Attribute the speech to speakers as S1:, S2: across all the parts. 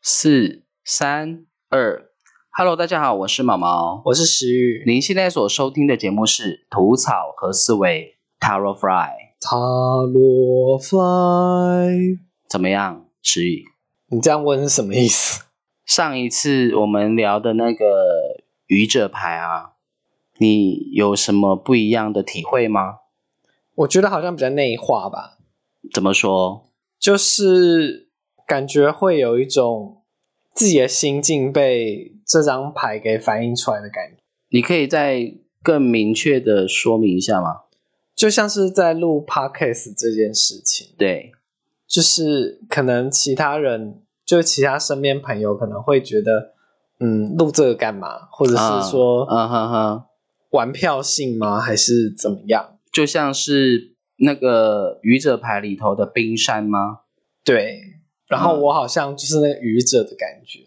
S1: 四、三、二。Hello，大家好，我是毛毛。
S2: 我是石宇。
S1: 您现在所收听的节目是《吐槽和思维》（Taro Fry）。
S2: 塔罗 fly，
S1: 怎么样，石宇？
S2: 你这样问是什么意思？
S1: 上一次我们聊的那个愚者牌啊，你有什么不一样的体会吗？
S2: 我觉得好像比较内化吧，
S1: 怎么说？
S2: 就是感觉会有一种自己的心境被这张牌给反映出来的感觉，
S1: 你可以再更明确的说明一下吗？
S2: 就像是在录 podcast 这件事情，
S1: 对，
S2: 就是可能其他人，就其他身边朋友可能会觉得，嗯，录这个干嘛？或者
S1: 啊
S2: 是说、
S1: 嗯哼哼，
S2: 玩票性吗？还是怎么样？
S1: 就像是那个愚者牌里头的冰山吗？
S2: 对，然后
S1: 嗯
S2: 我好像就是那个愚者的感觉。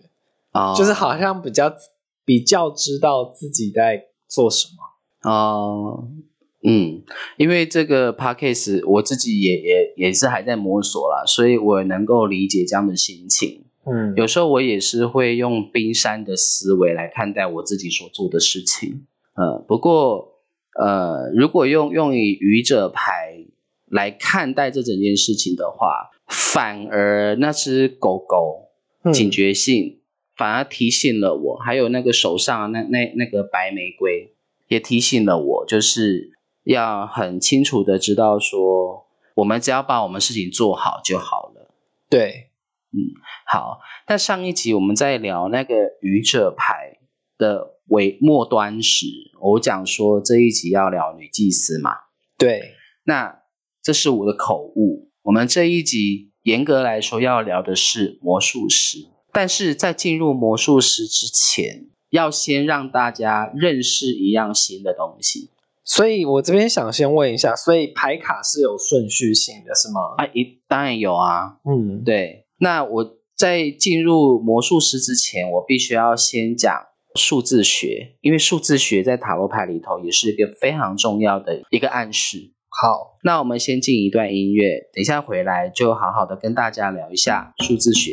S1: 哦，
S2: 就是好像比较比较知道自己在做什么。
S1: 哦，嗯，因为这个 podcast 我自己也也也是还在摸索啦，所以我能够理解这样的心情。
S2: 嗯，
S1: 有时候我也是会用冰山的思维来看待我自己所做的事情。呃，不过呃，如果用用以愚者牌来看待这整件事情的话，反而那只狗狗警觉性，反而提醒了我，还有那个手上的那那那个白玫瑰，也提醒了我，就是要很清楚的知道说，我们只要把我们事情做好就好了。
S2: 嗯、对，
S1: 好，那上一集我们在聊那个愚者牌的尾末端时，我讲说这一集要聊女祭司嘛，
S2: 对，
S1: 那这是我的口误。我们这一集严格来说要聊的是魔术师，但是在进入魔术师之前，要先让大家认识一样新的东西
S2: 所以我这边想先问一下，所以牌卡是有顺序性的，是吗？
S1: 啊！一当然有啊，
S2: 嗯，
S1: 对。那我在进入魔术师之前，我必须要先讲数字学，因为数字学在塔罗牌里头也是一个非常重要的一个暗示。
S2: 好，
S1: 那我们先进一段音乐，等一下回来就好好的跟大家聊一下数字学。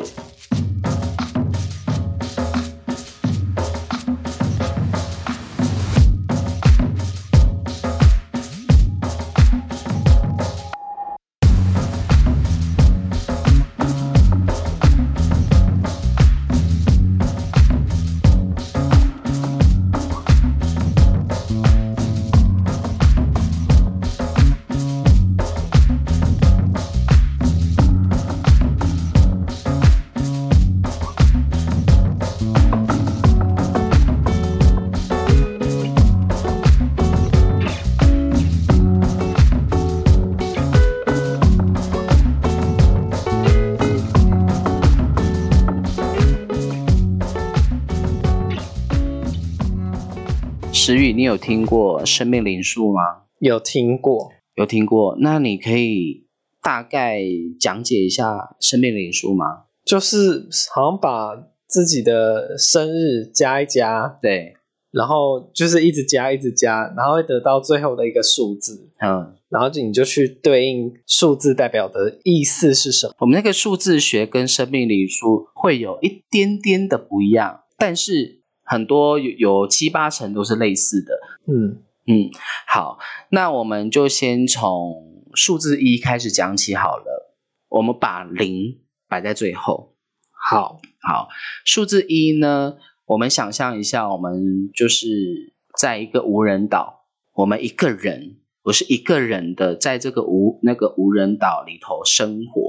S1: 石宇，你有听过生命灵数吗？
S2: 有听过。
S1: 有听过，那你可以大概讲解一下生命灵数吗？
S2: 就是好像把自己的生日加一加，
S1: 对，
S2: 然后就是一直加一直加，然后会得到最后的一个数字，
S1: 嗯，
S2: 然后就你就去对应数字代表的意思是什么。
S1: 我们那个数字学跟生命灵数会有一点点的不一样，但是很多有有七八成都是类似的。
S2: 嗯，
S1: 嗯，好，那我们就先从数字一开始讲起好了。我们把零摆在最后，
S2: 好，
S1: 好，数字一呢，我们想象一下，我们就是在一个无人岛，我们一个人，我是一个人的，在这个无那个无人岛里头生活。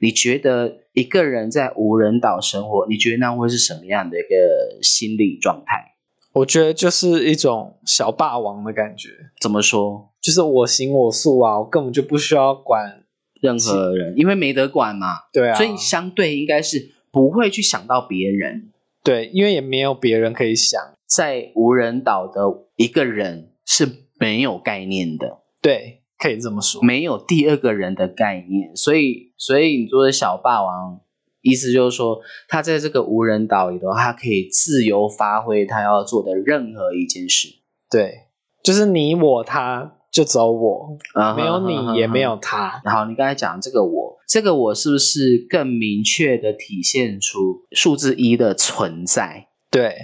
S1: 你觉得一个人在无人岛生活，你觉得那会是什么样的一个心理状态？
S2: 我觉得就是一种小霸王的感觉。
S1: 怎么说？
S2: 就是我行我素啊，我根本就不需要管。
S1: 任何人，因为没得管嘛，
S2: 对啊，
S1: 所以相对应该是不会去想到别人。
S2: 对，因为也没有别人可以想。
S1: 在无人岛的一个人是没有概念的，
S2: 对，可以这么说。
S1: 没有第二个人的概念，所以所以你说的小霸王，意思就是说他在这个无人岛里头，他可以自由发挥他要做的任何一件事。
S2: 对，就是你我他就只有我，
S1: 啊
S2: 没有你也
S1: 哈哈哈
S2: 没。有他。
S1: 哈好，你刚才讲这个我，这个我是不是更明确的体现出数字一的存在？
S2: 对，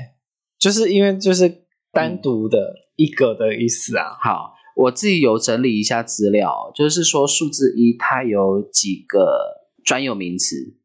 S2: 就是因为就是
S1: 嗯
S2: 单独的一个的意思啊。
S1: 好，我自己有整理一下资料，就是说数字一它有几个专有名词、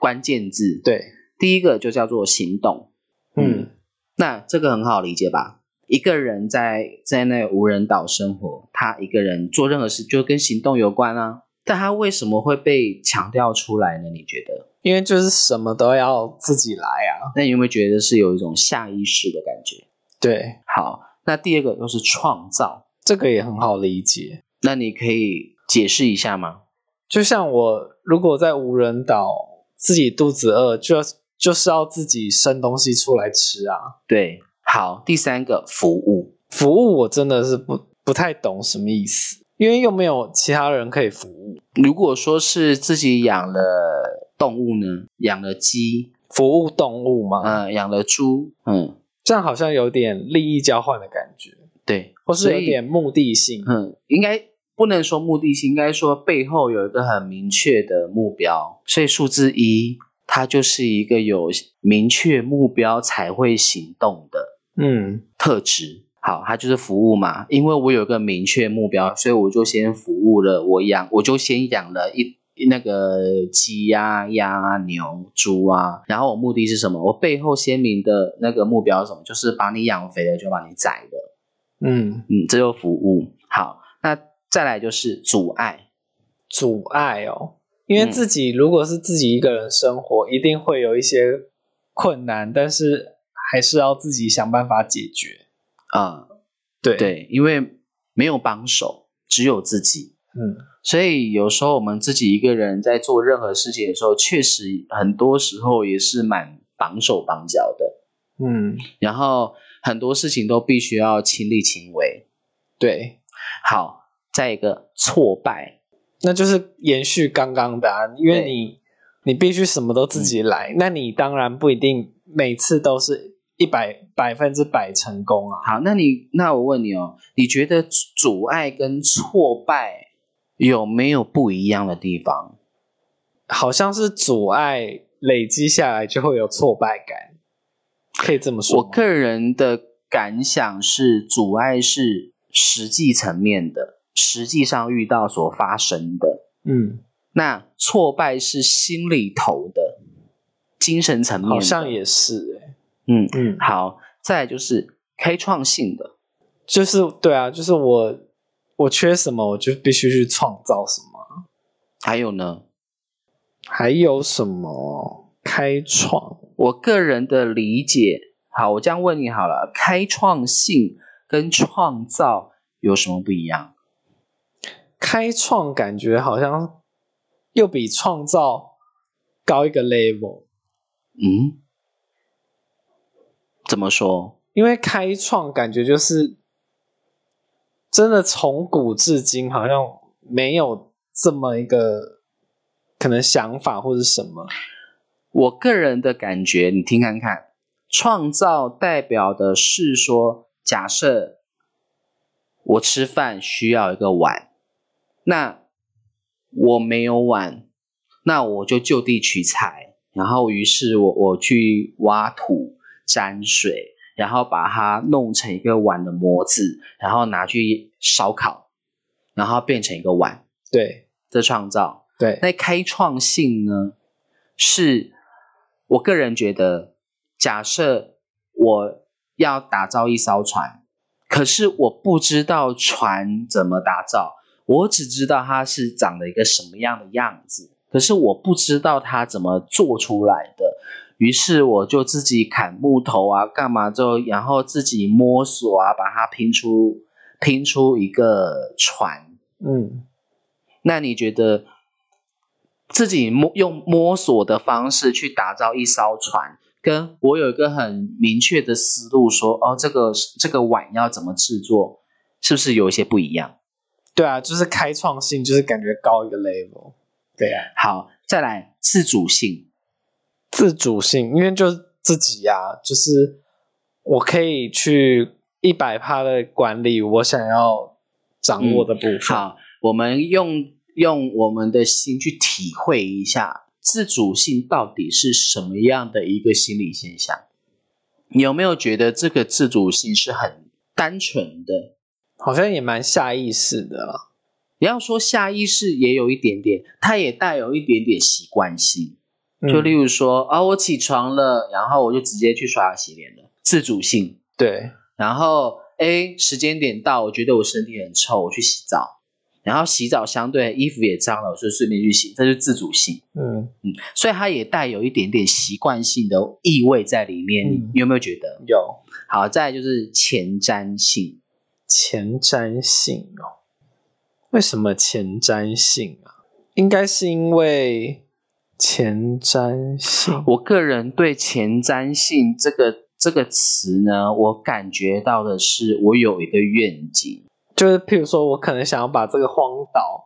S1: 关键字。，
S2: 对，
S1: 第一个就叫做行动。
S2: 嗯，
S1: 那这个很好理解吧？一个人在在那个无人岛生活，他一个人做任何事就跟行动有关啊。但他为什么会被强调出来呢？你觉得？
S2: 因为就是什么都要自己来啊。
S1: 那你有没有觉得是有一种下意识的感觉？
S2: 对，
S1: 好，那第二个就是创造，
S2: 这个也很好理解。
S1: 那你可以解释一下吗？
S2: 就像我如果在无人岛自己肚子饿，就就是要自己生东西出来吃啊。
S1: 对，好，第三个服务，
S2: 服务我真的是不不太懂什么意思，因为又没有其他人可以服务。
S1: 如果说是自己养了动物呢，养了鸡，
S2: 服务动物嘛，
S1: 嗯、养了猪，嗯，
S2: 这样好像有点利益交换的感觉，
S1: 对，
S2: 或是
S1: 所
S2: 有
S1: 以
S2: 点目的性。
S1: 嗯，应该不能说目的性，应该说背后有一个很明确的目标。所以数字一，它就是一个有明确目标才会行动的
S2: 嗯，
S1: 特质。好，它就是服务嘛，因为我有个明确目标，所以我就先服务了。我养，我就先养了一那个鸡呀、鸭啊、牛、猪啊。然后我目的是什么？我背后鲜明的那个目标是什么？就是把你养肥了就把你宰了。
S2: 嗯，
S1: 嗯，这就服务。好，那再来就是阻碍，
S2: 阻碍哦，因
S1: 嗯
S2: 为自己如果是自己一个人生活，一定会有一些困难，但是还是要自己想办法解决。
S1: 啊，
S2: 对，
S1: 对，因为没有帮手，只有自己，
S2: 嗯，
S1: 所以有时候我们自己一个人在做任何事情的时候，确实很多时候也是蛮绑手绑脚的，
S2: 嗯，
S1: 然后很多事情都必须要亲力亲为。
S2: 对，
S1: 好，再一个挫败，
S2: 那就是延续刚刚的、啊，因为
S1: 对嗯
S2: 你你必须什么都自己来，那你当然不一定每次都是一百百分之百成功啊。
S1: 好，那你那我问你哦，你觉得阻碍跟挫败有没有不一样的地方？
S2: 好像是阻碍累积下来就会有挫败感，可以这么说吗。
S1: 我个人的感想是，阻碍是实际层面的，实际上遇到所发生的；
S2: 嗯，
S1: 那挫败是心里头的，精神层面的
S2: 好像也是、欸，
S1: 嗯
S2: 嗯，
S1: 好。再来就是开创性的，
S2: 就是对啊，就是我我缺什么，我就必须去创造什么。
S1: 还有呢，
S2: 还有什么开创？
S1: 我个人的理解，好，我这样问你好了，开创性跟创造有什么不一样？
S2: 开创感觉好像又比创造高一个 level，
S1: 嗯，怎么说？
S2: 因为开创感觉就是真的从古至今好像没有这么一个可能想法或者什么，
S1: 我个人的感觉，你听看看，创造代表的是说，假设我吃饭需要一个碗，那我没有碗，那我就就地取材，然后于是我我去挖土、沾水，然后把它弄成一个碗的模子，然后拿去烧烤，然后变成一个碗，
S2: 对
S1: 这创造。
S2: 对，
S1: 那开创性呢，是我个人觉得，假设我要打造一艘船，可是我不知道船怎么打造，我只知道它是长了一个什么样的样子，可是我不知道它怎么做出来的。于是我就自己砍木头啊，干嘛之后，然后自己摸索啊，把它拼出拼出一个船，
S2: 嗯，
S1: 那你觉得自己摸用摸索的方式去打造一艘船，跟我有一个很明确的思路说，哦，这个这个碗要怎么制作，是不是有一些不一样？
S2: 对啊，就是开创性，就是感觉高一个 level，对啊，
S1: 好，再来自主性，
S2: 自主性，因为就是自己呀、就是我可以去一百趴的管理我想要掌握的部分。
S1: 嗯好，我们用用我们的心去体会一下自主性到底是什么样的一个心理现象。你有没有觉得这个自主性是很单纯的？
S2: 好像也蛮下意识的啦。
S1: 你要说下意识也有一点点，它也带有一点点习惯性。就例
S2: 嗯、
S1: 如说，啊、我起床了，然后我就直接去刷牙洗脸了，自主性。
S2: 对，
S1: 然后，哎，时间点到，我觉得我身体很臭，我去洗澡。然后洗澡相对衣服也脏了，我就顺便去洗，这是自主性。
S2: 嗯，
S1: 所以它也带有一点点习惯性的意味在里面，
S2: 嗯
S1: 你有没有觉得？
S2: 有
S1: 好，再来就是前瞻性，
S2: 前瞻性哦。为什么前瞻性啊？应该是因为前瞻性。
S1: 我个人对前瞻性这个这个词呢，我感觉到的是我有一个愿景，
S2: 就是譬如说，我可能想要把这个荒岛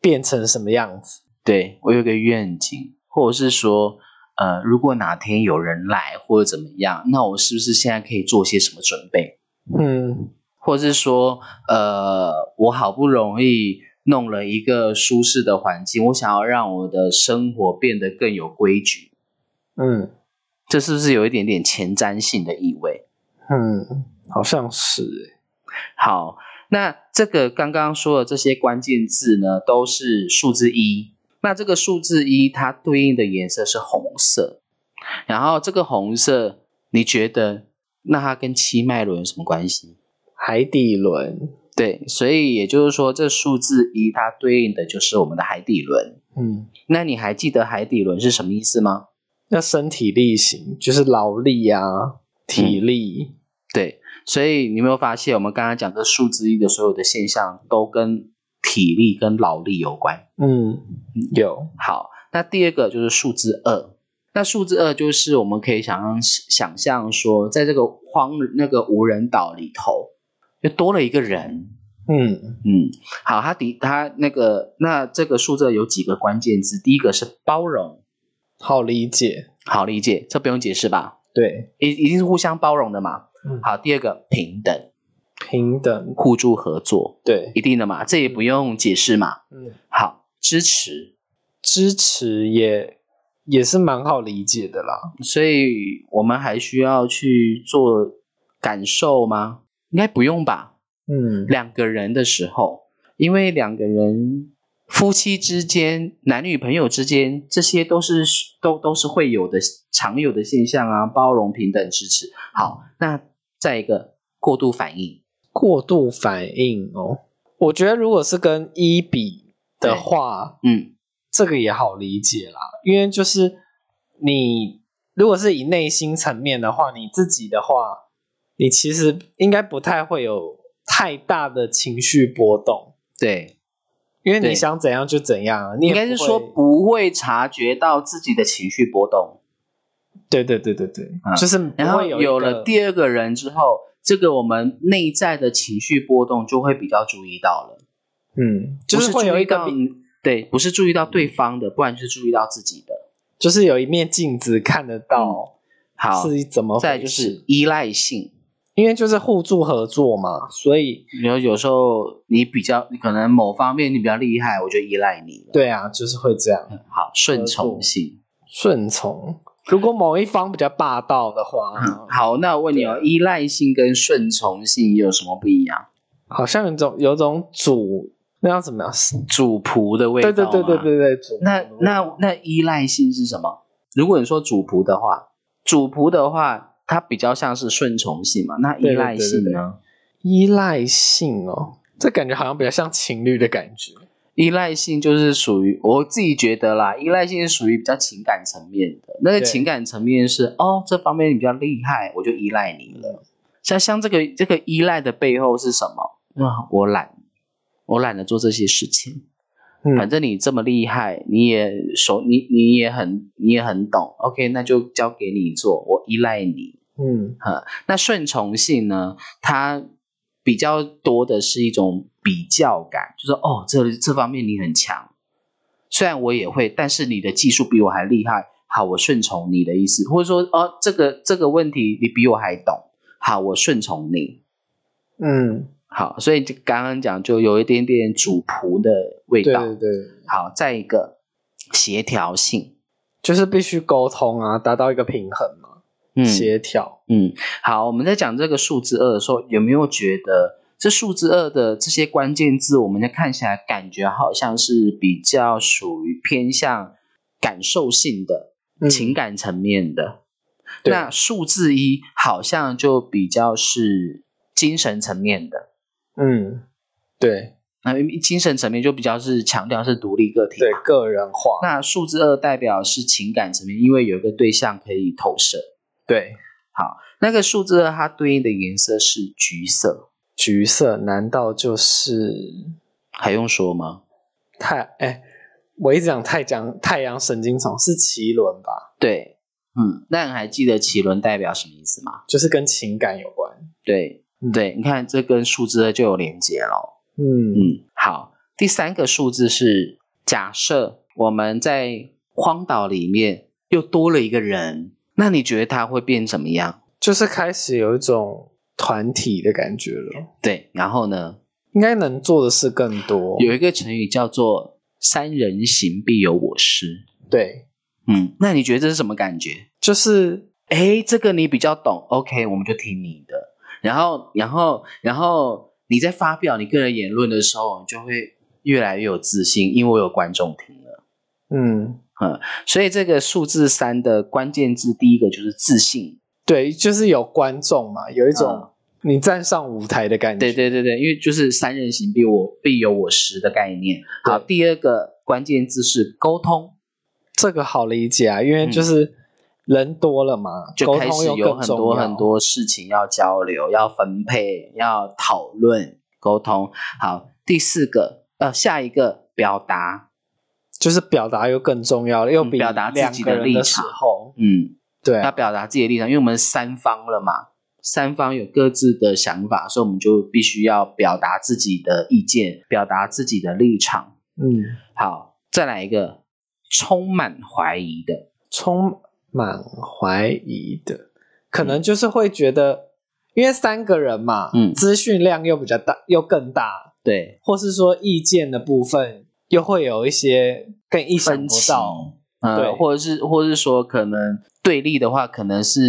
S2: 变成什么样子？
S1: 对我有一个愿景，或者是说，呃，如果哪天有人来或者怎么样，那我是不是现在可以做些什么准备？
S2: 嗯
S1: 或者是说，呃，我好不容易弄了一个舒适的环境，我想要让我的生活变得更有规矩，
S2: 嗯
S1: 这是不是有一点点前瞻性的意味？
S2: 嗯，好像是欸
S1: 好，那这个刚刚说的这些关键字呢，都是数字一。那这个数字一，它对应的颜色是红色。然后这个红色，你觉得那它跟七脉轮有什么关系？
S2: 海底轮。
S1: 对，所以也就是说，这数字一它对应的就是我们的海底轮。
S2: 嗯，
S1: 那你还记得海底轮是什么意思吗？
S2: 要身体力行，就是劳力啊，体力。
S1: 对，所以你有没有发现，我们刚刚讲这数字一的所有的现象都跟体力跟劳力有关？
S2: 嗯，有。
S1: 好，那第二个就是数字二。那数字二就是我们可以想象想象说，在这个荒那个无人岛里头，就多了一个人。
S2: 嗯
S1: 嗯，好，他第他那个那这个数字有几个关键字？第一个是包容，，
S2: 好理解。
S1: 好理解，这不用解释吧？
S2: 对，
S1: 一一定是互相包容的嘛。
S2: 嗯
S1: 好，第二个平等，
S2: 平等。
S1: 互助合作，
S2: 对，
S1: 一定的嘛，这也不用解释嘛。
S2: 嗯，
S1: 好，支持，
S2: 支持也也是蛮好理解的啦。
S1: 所以我们还需要去做感受吗？应该不用吧。
S2: 嗯
S1: 两个人的时候，因为两个人夫妻之间、男女朋友之间，这些都是都都是会有的常有的现象啊，包容、平等、支持。好，那再一个过度反应，
S2: 过度反应哦，我觉得如果是跟一比的话，
S1: 嗯，
S2: 这个也好理解啦，因为就是你如果是以内心层面的话，你自己的话，你其实应该不太会有太大的情绪波动，
S1: 对，
S2: 因为
S1: 对
S2: 你想怎样就怎样啊，你也
S1: 应该是
S2: 不会
S1: 说不会察觉到自己的情绪波动。
S2: 对对对对对，
S1: 嗯
S2: 就是不
S1: 然后
S2: 会
S1: 有
S2: 一
S1: 了
S2: 个
S1: 第二个人之后，这个我们内在的情绪波动就会比较注意到了，
S2: 嗯，就
S1: 不
S2: 是
S1: 是
S2: 会
S1: 注
S2: 有
S1: 意
S2: 一个
S1: 到
S2: 比
S1: 你对，不是注意到对方的，不然就是注意到自己的。
S2: 就是有一面镜子看得到
S1: 嗯好，
S2: 是怎么回事，
S1: 再来就是依赖性，
S2: 因为就是互助合作嘛，所以
S1: 然后有时候你比较，你可能某方面你比较厉害，我就依赖你了。，
S2: 对啊，就是会这样
S1: 好，顺从性。
S2: 顺从。如果某一方比较霸道的
S1: 嗯
S2: 话，
S1: 好，那我问你哦，
S2: 啊
S1: 依赖性跟顺从性有什么不一样？
S2: 好像有种有种主那要怎么样？
S1: 主仆的味道
S2: 对
S1: 吗
S2: 对对对对对，主
S1: 那那那依赖性是什么？如果你说主仆的话，主仆的话，它比较像是顺从性嘛。那依赖性呢？
S2: 对对对对依赖性哦，这感觉好像比较像情侣的感觉。
S1: 依赖性就是属于我自己觉得啦，依赖性是属于比较情感层面的。那个
S2: 对
S1: 情感层面是哦，这方面你比较厉害，我就依赖你了。
S2: 嗯
S1: 像像这个这个依赖的背后是什么？
S2: 嗯
S1: 啊，我懒，我懒得做这些事情。反
S2: 嗯，
S1: 正你这么厉害，你也熟，你你也很你也很懂，OK，那就交给你做，我依赖你。
S2: 嗯
S1: 那顺从性呢，它比较多的是一种比较感，就是哦，这这方面你很强，虽然我也会，但是你的技术比我还厉害，好，我顺从你的意思，或者说哦，这个这个问题你比我还懂，好，我顺从你。
S2: 嗯，
S1: 好，所以就刚刚讲就有一点点主仆的味
S2: 对
S1: 道。
S2: 对对，
S1: 好，再一个协调性，
S2: 就是必须沟通啊，达到一个平衡嘛，
S1: 嗯
S2: 协调。
S1: 嗯，好，我们在讲这个数字二的时候，有没有觉得这数字二的这些关键字，我们在看起来感觉好像是比较属于偏向感受性的、
S2: 嗯
S1: 情感层面的？
S2: 对
S1: 那数字一好像就比较是精神层面的，
S2: 嗯，对
S1: 那因为精神层面就比较是强调是独立个体
S2: 对
S1: 嘛。，
S2: 个人化，
S1: 那数字二代表是情感层面，因为有一个对象可以投射。
S2: 对
S1: 那个数字二它对应的颜色是橘色，
S2: 橘色难道就是
S1: 还用说吗？
S2: 太哎、我一直讲太阳太阳神经丛是脐轮吧，
S1: 对，嗯，那你还记得脐轮代表什么意思吗？
S2: 就是跟情感有关。
S1: 对，
S2: 嗯
S1: 对，你看这跟数字二就有连接了。哦
S2: 嗯
S1: 嗯，好，第三个数字是假设我们在荒岛里面又多了一个人，那你觉得他会变怎么样？
S2: 就是开始有一种团体的感觉了，
S1: 对，然后呢，
S2: 应该能做的事更多。
S1: 有一个成语叫做“三人行必有我师
S2: 对，”。
S1: 嗯，那你觉得这是什么感觉？
S2: 就是
S1: 哎，这个你比较懂，OK，我们就听你的。然后，然后，然后你在发表你个人言论的时候，你就会越来越有自信，因为我有观众听了。
S2: 嗯，
S1: 所以这个数字三的关键字，第一个就是自信。
S2: 对，就是有观众嘛，有一种你站上舞台的感
S1: 嗯
S2: 觉。
S1: 对对对对，因为就是三人行必我必有我师的概念。好，
S2: 对
S1: 第二个关键字是沟通，
S2: 这个好理解啊，因为就是人多了嘛，
S1: 嗯就
S2: 沟
S1: 开
S2: 通
S1: 始
S2: 又
S1: 有
S2: 更
S1: 很
S2: 重
S1: 多
S2: 要
S1: 很。多事情要交流、要分配、要讨论、沟通。好，第四个，呃，下一个表达，
S2: 就是表达又更重要了，又
S1: 嗯
S2: 比
S1: 表达自己的
S2: 两个人
S1: 立
S2: 的
S1: 场
S2: 时候，
S1: 嗯，
S2: 对啊
S1: 要表达自己的立场，因为我们三方了嘛，三方有各自的想法，所以我们就必须要表达自己的意见，表达自己的立场。
S2: 嗯，
S1: 好，再来一个，充满怀疑的，
S2: 充满怀疑的，可能就是会觉得，因为三个人嘛，
S1: 嗯
S2: 资讯量又比较大，又更大，
S1: 对，
S2: 或是说意见的部分又会有一些更意想
S1: 分
S2: 不
S1: 歧
S2: 到，。对
S1: 呃，或者是，或者是说，可能对立的话，可能是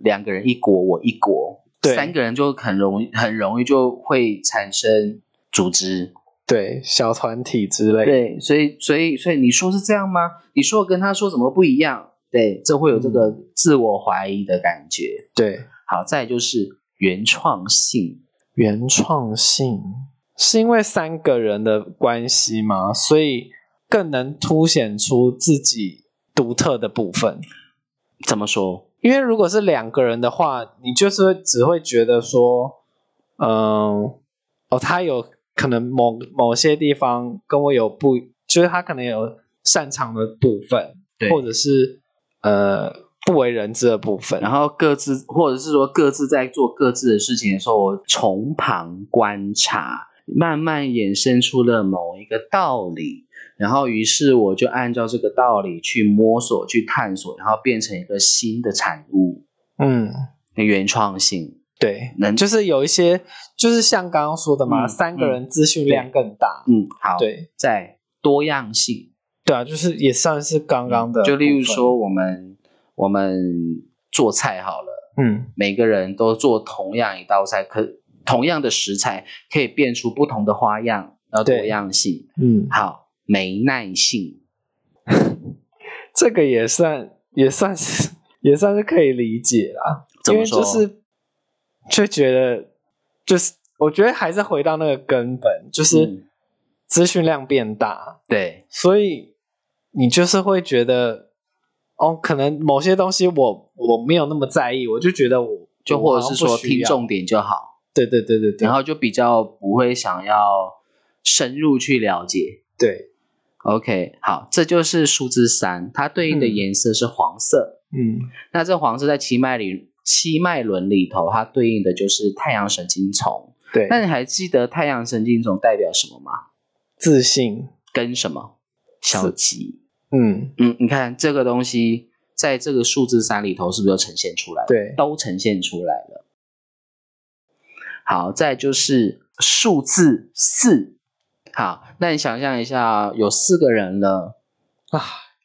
S1: 两个人一国，我一国，
S2: 对
S1: 三个人就很容易，很容易就会产生组织，
S2: 对小团体之类，
S1: 对，所以所以所以你说是这样吗？你说我跟他说怎么不一样？对，这会有这个自我怀疑的感觉。
S2: 对，
S1: 好，再来就是原创性，
S2: 原创性是因为三个人的关系吗？所以更能凸显出自己独特的部分。
S1: 怎么说？
S2: 因为如果是两个人的话，你就是会只会觉得说，嗯、哦，他有可能某某些地方跟我有不，就是他可能有擅长的部分，
S1: 对
S2: 或者是呃不为人知的部分，
S1: 然后各自，或者是说各自在做各自的事情的时候，我从旁观察，慢慢衍生出了某一个道理，然后于是我就按照这个道理去摸索、去探索，然后变成一个新的产物，
S2: 嗯，
S1: 原创性。
S2: 对，
S1: 能
S2: 就是有一些，就是像刚刚说的嘛，
S1: 嗯
S2: 三个人资讯量更大，
S1: 嗯，好，，
S2: 对
S1: 再多样性。
S2: 对啊，就是也算是刚刚的部分，
S1: 嗯就例如说我们我们做菜好了，
S2: 嗯，
S1: 每个人都做同样一道菜，可同样的食材可以变出不同的花样，然后多
S2: 对
S1: 样性。
S2: 嗯嗯，
S1: 好，没耐性，
S2: 这个也算也算是也算是可以理解啦，
S1: 怎
S2: 因
S1: 么
S2: 为
S1: 说？
S2: 就是就觉得就是我觉得还是回到那个根本，就是
S1: 嗯
S2: 资讯量变大，
S1: 对
S2: 所以你就是会觉得。哦，可能某些东西我我没有那么在意，我就觉得我
S1: 就
S2: 我
S1: 或
S2: 好
S1: 者
S2: 像
S1: 是
S2: 不
S1: 说
S2: 需
S1: 听
S2: 要
S1: 重点就好，
S2: 对对对对对，
S1: 然后就比较不会想要深入去了解。
S2: 对，
S1: OK，好，这就是数字三，它对应的
S2: 嗯
S1: 颜色是黄色。
S2: 嗯
S1: 那这黄色在七脉里七脉轮里头，它对应的就是太阳神经丛。
S2: 对，
S1: 那你还记得太阳神经丛代表什么吗？
S2: 自信，
S1: 跟什么？小吉。
S2: 嗯，
S1: 嗯，你看这个东西在这个数字三里头是不是就呈现出来了？
S2: 对
S1: 都呈现出来了。好，再就是数字四。好，那你想象一下，哦有四个人了，
S2: 啊，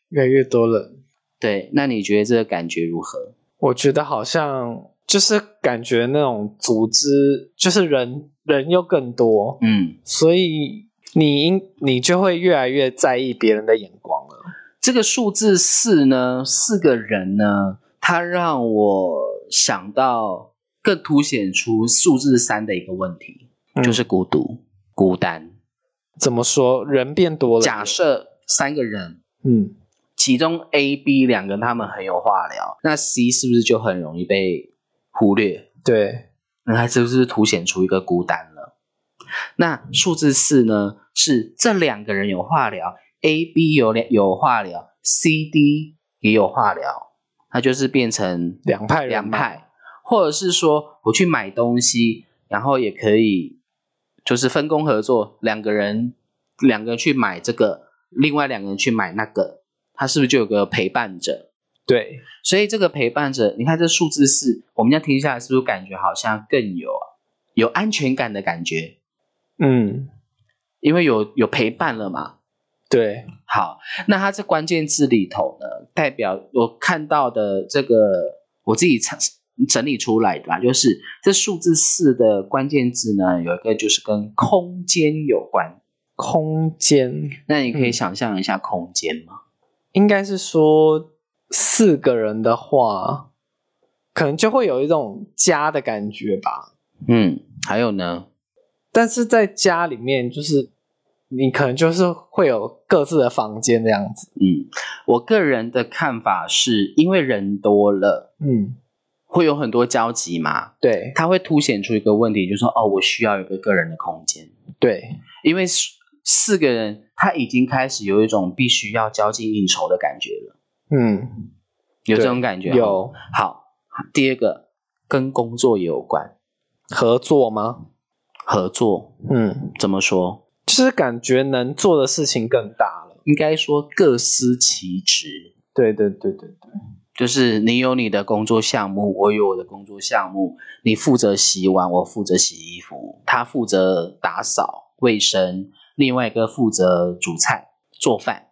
S2: 越来越多了。
S1: 对，那你觉得这个感觉如何？
S2: 我觉得好像就是感觉那种组织，就是人人又更多，
S1: 嗯，
S2: 所以你应你就会越来越在意别人的眼光了。
S1: 这个数字四呢，四个人呢，它让我想到更凸显出数字三的一个问题，
S2: 嗯
S1: 就是孤独、孤单。
S2: 怎么说，人变多了。
S1: 假设三个人，
S2: 嗯，
S1: 其中 A、B 两个他们很有话聊，那 C 是不是就很容易被忽略？
S2: 对，
S1: 那它是不是凸显出一个孤单了？那数字四呢？是这两个人有话聊，A、B 有两有话聊，C、D 也有话聊，那就是变成
S2: 两派人
S1: 两
S2: 嘛
S1: 派，或者是说我去买东西，然后也可以就是分工合作，两个人两个人去买这个，另外两个人去买那个，它是不是就有个陪伴者？
S2: 对，
S1: 所以这个陪伴者，你看这数字四，我们这样听下来，是不是感觉好像更有有安全感的感觉？
S2: 嗯，
S1: 因为有有陪伴了嘛。
S2: 对，
S1: 好，那它这关键字里头呢，代表我看到的这个我自己整整理出来的啦，就是这数字四的关键字呢，有一个就是跟空间有关。
S2: 空间
S1: 那你可以
S2: 嗯
S1: 想象一下空间吗？
S2: 应该是说四个人的话，可能就会有一种家的感觉吧。
S1: 嗯，还有呢？
S2: 但是在家里面，就是你可能就是会有各自的房间这样子。
S1: 嗯，我个人的看法是，因为人多了。
S2: 嗯，
S1: 会有很多交集嘛，
S2: 对
S1: 它会凸显出一个问题，就是说哦，我需要有一个个人的空间，
S2: 对，
S1: 因为四四个人他已经开始有一种必须要交际应酬的感觉了，
S2: 嗯，
S1: 有这
S2: 对
S1: 种感觉。哦
S2: 有
S1: 好，第二个跟工作也有关，
S2: 合作吗？
S1: 合作
S2: 嗯，
S1: 怎么说？
S2: 就是感觉能做的事情更大了。
S1: 应该说各司其职，
S2: 对对对对对，
S1: 就是你有你的工作项目，我有我的工作项目，你负责洗碗，我负责洗衣服，他负责打扫卫生，另外一个负责煮菜做饭，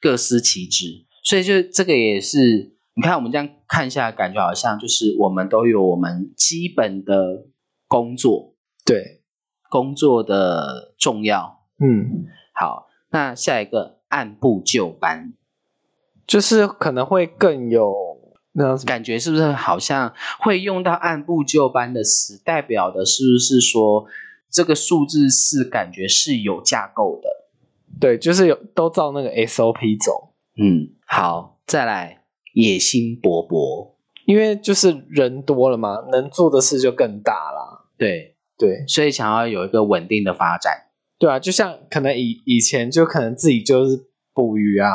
S1: 各司其职。所以就这个也是，你看我们这样看下来，感觉好像就是我们都有我们基本的工作，
S2: 对，
S1: 工作的重要。
S2: 嗯，
S1: 好，那下一个按部就班，
S2: 就是可能会更有那种什么
S1: 感觉是不是好像会用到按部就班的词，代表的是不是说这个数字四感觉是有架构的？
S2: 对，就是有都照那个 SOP 走，
S1: 嗯，好，再来野心勃勃，
S2: 因为就是人多了嘛，能做的事就更大啦。
S1: 对，
S2: 对
S1: 所以想要有一个稳定的发展，
S2: 对啊，就像可能以以前就可能自己就是捕鱼啊，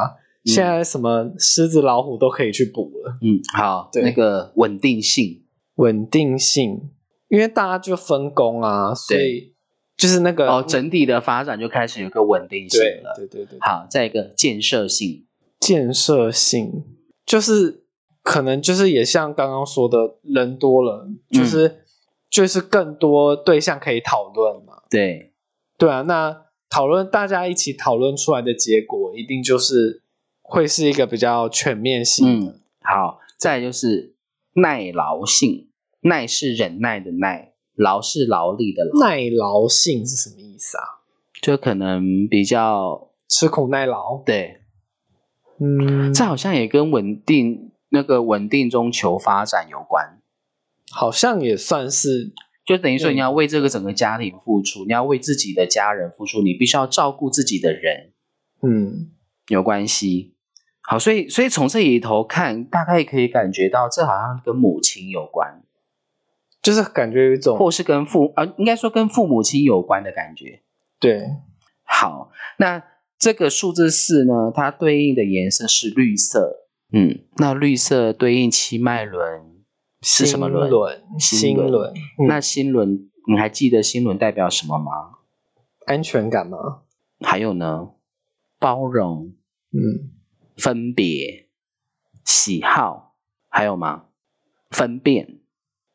S1: 嗯
S2: 现在什么狮子、老虎都可以去捕了，
S1: 嗯，好，
S2: 对
S1: 那个稳定性，
S2: 稳定性，因为大家就分工啊，所以就是那个
S1: 哦，整体的发展就开始有个稳定性
S2: 对
S1: 了。
S2: 对对对，
S1: 好，再一个建设性，
S2: 建设性就是可能就是也像刚刚说的，人多了，
S1: 嗯
S2: 就是、就是更多对象可以讨论嘛。
S1: 对，
S2: 对啊，那讨论大家一起讨论出来的结果，一定就是会是一个比较全面性的。
S1: 嗯，好，再来就是耐劳性，耐是忍耐的耐，劳是劳力的劳。
S2: 耐劳性是什么意思啊？
S1: 就可能比较
S2: 吃苦耐劳。
S1: 对，
S2: 嗯，
S1: 这好像也跟稳定那个稳定中求发展有关，
S2: 好像也算是
S1: 就等于说
S2: 嗯
S1: 你要为这个整个家庭付出，你要为自己的家人付出，你必须要照顾自己的人
S2: 嗯，
S1: 有关系。好，所以所以从这里头看，大概可以感觉到这好像跟母亲有关，
S2: 就是感觉有一种
S1: 或是跟父啊，应该说跟父母亲有关的感觉。
S2: 对
S1: 好，那这个数字四呢，它对应的颜色是绿色。嗯，那绿色对应七脉轮是什么轮？
S2: 心轮？
S1: 心
S2: 心
S1: 轮
S2: 轮，嗯
S1: 那心轮，你还记得心轮代表什么吗？
S2: 安全感吗？
S1: 还有呢，包容、
S2: 嗯，
S1: 分别、喜好，还有吗？分辨。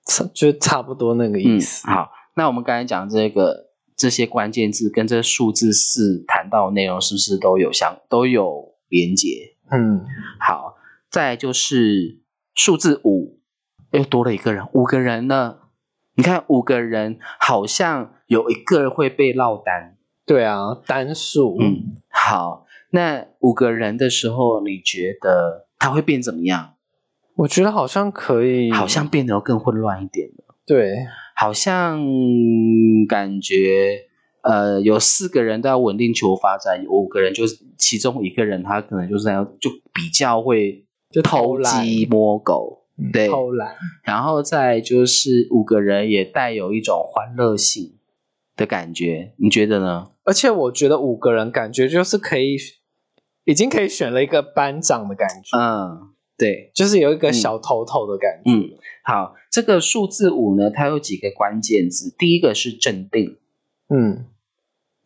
S2: 差就差不多那个意
S1: 嗯，
S2: 思。
S1: 好，那我们刚才讲这个这些关键字跟这数字四谈到的内容是不是都有相都有连接？
S2: 嗯，
S1: 好，再来就是数字五，又多了一个人，五个人呢？你看五个人好像有一个人会被落单。
S2: 对啊，单数，
S1: 嗯，好，那五个人的时候，你觉得他会变怎么样？
S2: 我觉得好像可以，
S1: 好像变得更混乱一点了，
S2: 对，
S1: 好像感觉。呃，有四个人都要稳定求发展，有五个人就是其中一个人，他可能就是那样，就比较会
S2: 就
S1: 偷
S2: 懒，
S1: 鸡摸狗，
S2: 嗯
S1: 对
S2: 偷懒，
S1: 然后再就是五个人也带有一种欢乐性的感觉，你觉得呢？
S2: 而且我觉得五个人感觉就是可以，已经可以选了一个班长的感觉，
S1: 嗯，对，
S2: 就是有一个
S1: 嗯
S2: 小头头的感觉，
S1: 嗯，好，这个数字五呢，它有几个关键字，第一个是镇定，
S2: 嗯，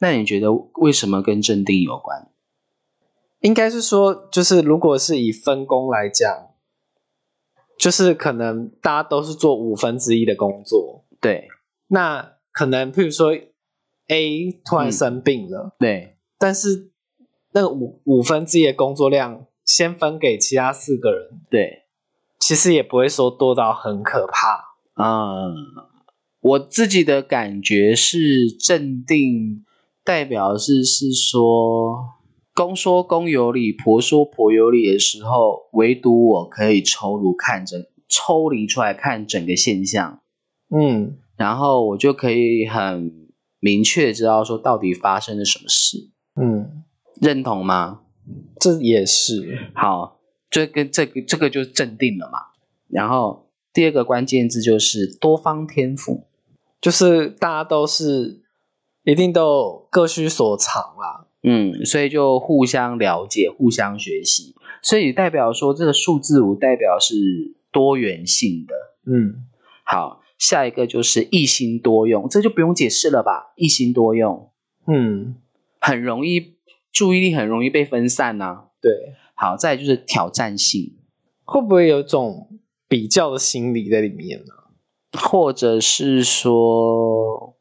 S1: 那你觉得为什么跟镇定有关？
S2: 应该是说，就是如果是以分工来讲，就是可能大家都是做五分之一的工作，
S1: 对
S2: 那可能譬如说 A 突
S1: 嗯
S2: 然生病了，
S1: 对，
S2: 但是那个五五分之一的工作量先分给其他四个人，
S1: 对，
S2: 其实也不会说多到很可怕。
S1: 嗯，我自己的感觉是镇定，代表是是说公说公有理，婆说婆有理的时候，唯独我可以抽离看整抽离出来看整个现象，
S2: 嗯，
S1: 然后我就可以很明确知道说到底发生了什么事，
S2: 嗯，
S1: 认同吗？
S2: 这也是，
S1: 好，这跟这个这个就镇定了嘛。然后第二个关键字就是多方天赋。
S2: 就是大家都是一定都有各需所长啦。
S1: 嗯，所以就互相了解、互相学习，所以代表说这个数字五代表是多元性的。
S2: 嗯，
S1: 好，下一个就是一心多用，这就不用解释了吧？一心多用
S2: 嗯，
S1: 很容易，注意力很容易被分散呐、
S2: 对，
S1: 好，再来就是挑战性，
S2: 会不会有种比较的心理在里面呢、
S1: 或者是说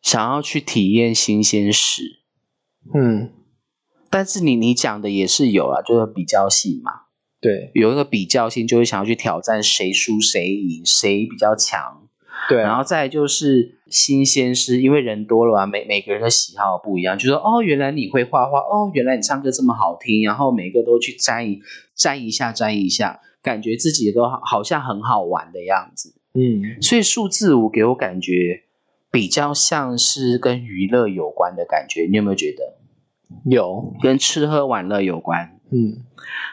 S1: 想要去体验新鲜事，
S2: 嗯，
S1: 但是你你讲的也是有啦，啊就是比较性嘛。
S2: 对，
S1: 有一个比较性，就会想要去挑战谁输谁赢，谁比较强。
S2: 对
S1: 然
S2: 啊，
S1: 后再来就是新鲜事，因为人多了嘛，每每个人的喜好不一样，就说哦，原来你会画画，哦，原来你唱歌这么好听，然后每个都去沾一沾一下，沾一下，感觉自己都好好像很好玩的样子。
S2: 嗯，
S1: 所以数字五给我感觉比较像是跟娱乐有关的感觉，你有没有觉得
S2: 有，
S1: 跟吃喝玩乐有关？
S2: 嗯，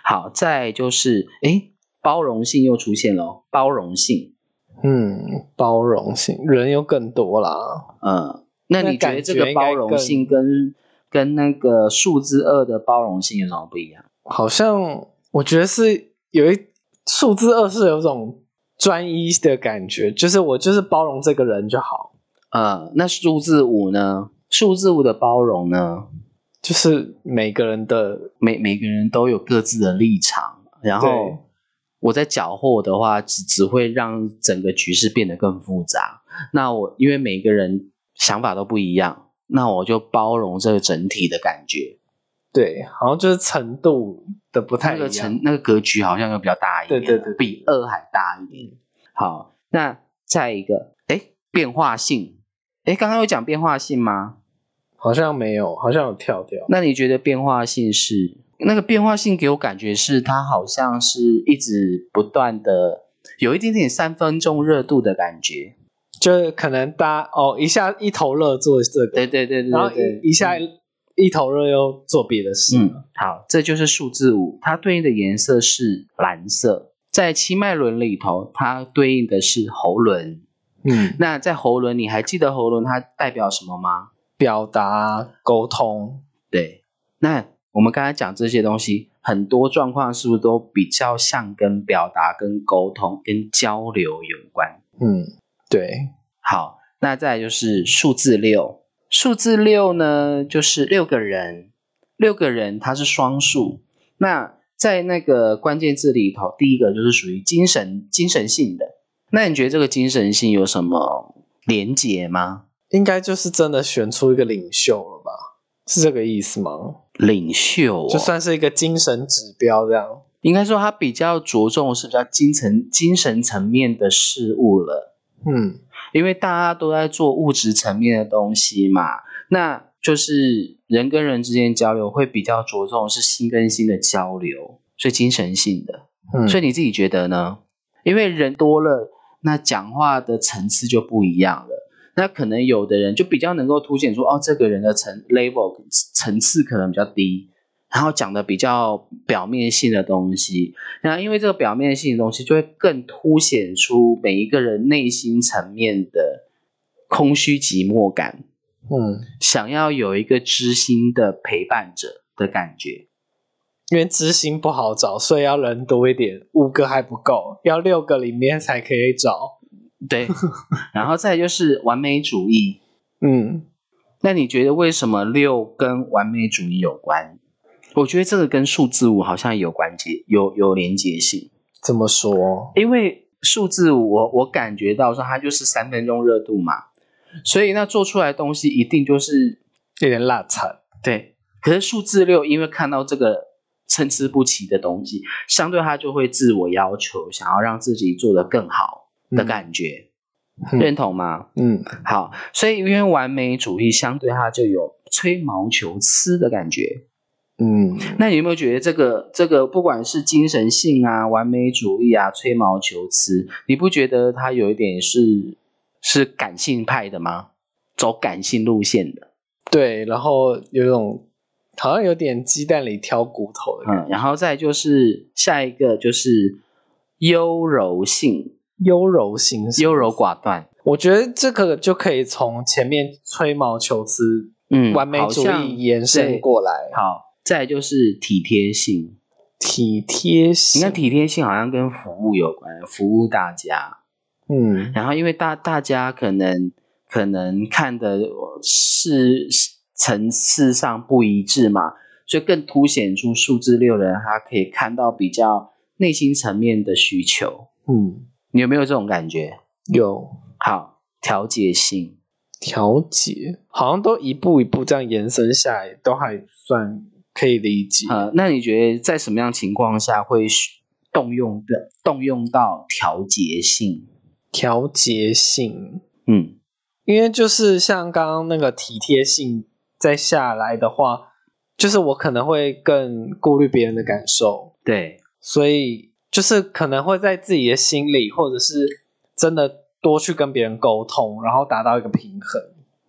S1: 好，再就是诶，包容性又出现了，包容性，
S2: 嗯，包容性人又更多啦。
S1: 嗯，那
S2: 那
S1: 你觉
S2: 感
S1: 得这
S2: 觉
S1: 个
S2: 应该
S1: 包容性跟跟那个数字二的包容性有什么不一样？
S2: 好像我觉得是有一数字二是有种专一的感觉，就是我就是包容这个人就好，
S1: 呃，那数字五呢？数字五的包容呢？
S2: 就是每个人的
S1: 每每个人都有各自的立场，然
S2: 对
S1: 后我在搅和的话，只只会让整个局势变得更复杂。那我因为每个人想法都不一样，那我就包容这个整体的感觉。
S2: 对，好像就是程度的不太
S1: 那
S2: 一
S1: 个
S2: 样。
S1: 层那个格局好像又比较大一点，
S2: 对对嗯对对
S1: 比二还大一点。好，那再一个，哎，变化性，哎，刚刚有讲变化性吗？
S2: 好像没有，好像有跳掉。
S1: 那你觉得变化性是那个变化性给我感觉是它好像是一直不断的有一点点三分钟热度的感觉。
S2: 就是可能大家哦一下一头热做这个，
S1: 对对对对
S2: 然后
S1: 对对，
S2: 一一下一头热又做别的事。
S1: 嗯，好，这就是数字五，它对应的颜色是蓝色。在七脉轮里头，它对应的是喉轮。
S2: 嗯，
S1: 那在喉轮，你还记得喉轮它代表什么吗？
S2: 表达沟通，
S1: 对，那我们刚才讲这些东西，很多状况是不是都比较像跟表达、跟沟通、跟交流有关？
S2: 嗯，对，
S1: 好，那再来就是数字六，数字六呢，就是六个人，六个人它是双数。那在那个关键字里头，第一个就是属于精神精神性的。那你觉得这个精神性有什么连结吗？
S2: 应该就是真的选出一个领袖了吧？是这个意思吗？
S1: 领袖、哦，
S2: 就算是一个精神指标这样。
S1: 应该说他比较着重是比较精神精神层面的事物了，
S2: 嗯，
S1: 因为大家都在做物质层面的东西嘛，那就是人跟人之间交流会比较着重是心跟心的交流，所以精神性的。
S2: 嗯
S1: 所以你自己觉得呢？因为人多了，那讲话的层次就不一样了。那可能有的人就比较能够凸显出哦，这个人的层 level 层次可能比较低，然后讲的比较表面性的东西。那因为这个表面性的东西，就会更凸显出每一个人内心层面的空虚、寂寞感，
S2: 嗯，
S1: 想要有一个知心的陪伴者的感觉。
S2: 因为知心不好找，所以要人多一点，五个还不够，要六个里面才可以找。
S1: 对，然后再来就是完美主义。
S2: 嗯，
S1: 那你觉得为什么六跟完美主义有关？我觉得这个跟数字五好像有关节，有有连结性。
S2: 怎么说？
S1: 因为数字五，我我感觉到说它就是三分钟热度嘛，所以那做出来的东西一定就是
S2: 有点辣惨。
S1: 对。可是数字六，因为看到这个参差不齐的东西，相对它就会自我要求，想要让自己做得更好的感觉，
S2: 嗯
S1: 认同吗？
S2: 嗯
S1: 好，所以因为完美主义相对它就有吹毛求疵的感觉。
S2: 嗯，
S1: 那你有没有觉得这个这个不管是精神性啊、完美主义啊、吹毛求疵，你不觉得它有一点是是感性派的吗？走感性路线的，
S2: 对，然后有一种好像有点鸡蛋里挑骨头的感觉，
S1: 嗯，然后再就是下一个就是优柔性，
S2: 优柔性是吗
S1: 优柔寡断，
S2: 我觉得这个就可以从前面吹毛求疵、
S1: 嗯，
S2: 完美
S1: 好
S2: 主
S1: 像
S2: 义延伸。过来
S1: 对，好，再来就是体贴性，
S2: 体贴
S1: 你
S2: 性
S1: 看，体贴性好像跟服务有关，服务大家。
S2: 嗯
S1: 然后因为大大家可能可能看的是层次上不一致嘛，所以更凸显出数字六人他可以看到比较内心层面的需求。
S2: 嗯，
S1: 你有没有这种感觉？
S2: 有
S1: 好，调节性，
S2: 调节，好像都一步一步这样延伸下来，都还算可以理解。
S1: 呃，那你觉得在什么样情况下会需动用的动用到调节性？
S2: 调节性，
S1: 嗯，
S2: 因为就是像刚刚那个体贴性再下来的话，就是我可能会更顾虑别人的感受，
S1: 对，
S2: 所以就是可能会在自己的心里，或者是真的多去跟别人沟通，然后达到一个平衡。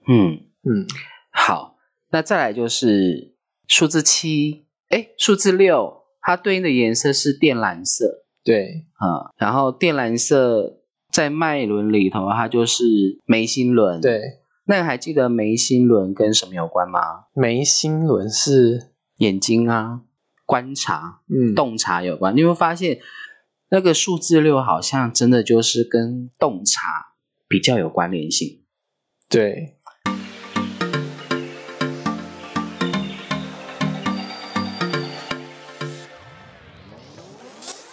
S1: 嗯。
S2: 嗯
S1: 好，那再来就是数字七，哎，数字六，它对应的颜色是靛蓝色，
S2: 对，
S1: 啊、然后靛蓝色在脉轮里头，它就是眉心轮。，
S2: 对，
S1: 那你还记得眉心轮跟什么有关吗？
S2: 眉心轮是
S1: 眼睛啊，观察、
S2: 嗯
S1: 洞察有关。你会发现，那个数字六好像真的就是跟洞察比较有关联性。
S2: 对，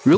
S1: 如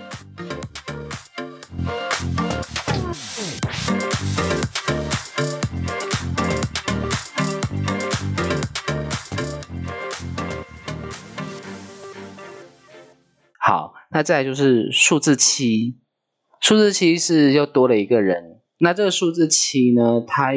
S1: 好，那再来就是数字七，数字七是又多了一个人。那这个数字七呢，它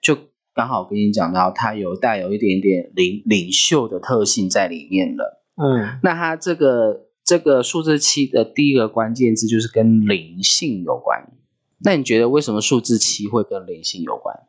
S1: 就刚好跟你讲到，它有带有一点点领领袖的特性在里面了。
S2: 嗯
S1: 那它这个这个数字七的第一个关键字就是跟灵性有关。那你觉得为什么数字七会跟灵性有关？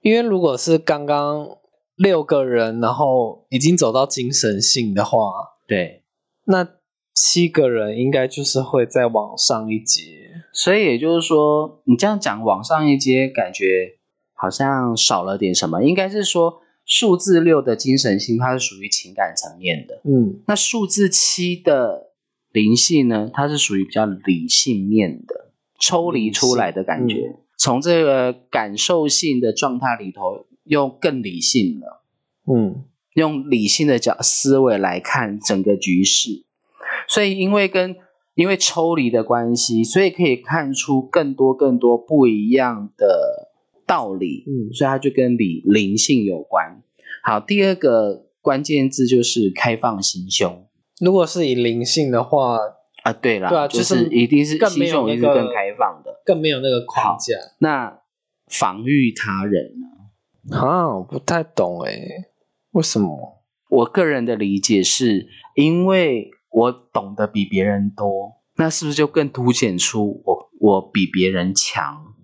S2: 因为如果是刚刚六个人，然后已经走到精神性的话，
S1: 对，
S2: 那七个人应该就是会再往上一节。
S1: 所以也就是说，你这样讲往上一阶，感觉好像少了点什么。应该是说，数字六的精神性，它是属于情感层面的；
S2: 嗯，
S1: 那数字七的灵性呢，它是属于比较理性面的，抽离出来的感
S2: 理
S1: 觉，从这个感受性的状态里头，又更理性了。
S2: 嗯，
S1: 用理性的角思维来看整个局势，所以因为跟因为抽离的关系，所以可以看出更多更多不一样的道理，
S2: 嗯
S1: 所以它就跟理灵性有关。好，第二个关键字就是开放心胸
S2: 如果是以灵性的话，
S1: 啊，对啦，
S2: 对啊
S1: 就
S2: 就是
S1: 一定是
S2: 更
S1: 心
S2: 没有
S1: 胸一定
S2: 那
S1: 是
S2: 个
S1: 更开放的。
S2: 更没有那个框架
S1: 那防御他人呢？
S2: 啊，我不太懂哎、为什么？
S1: 我个人的理解是，因为我懂得比别人多，那是不是就更凸显出我我比别人强？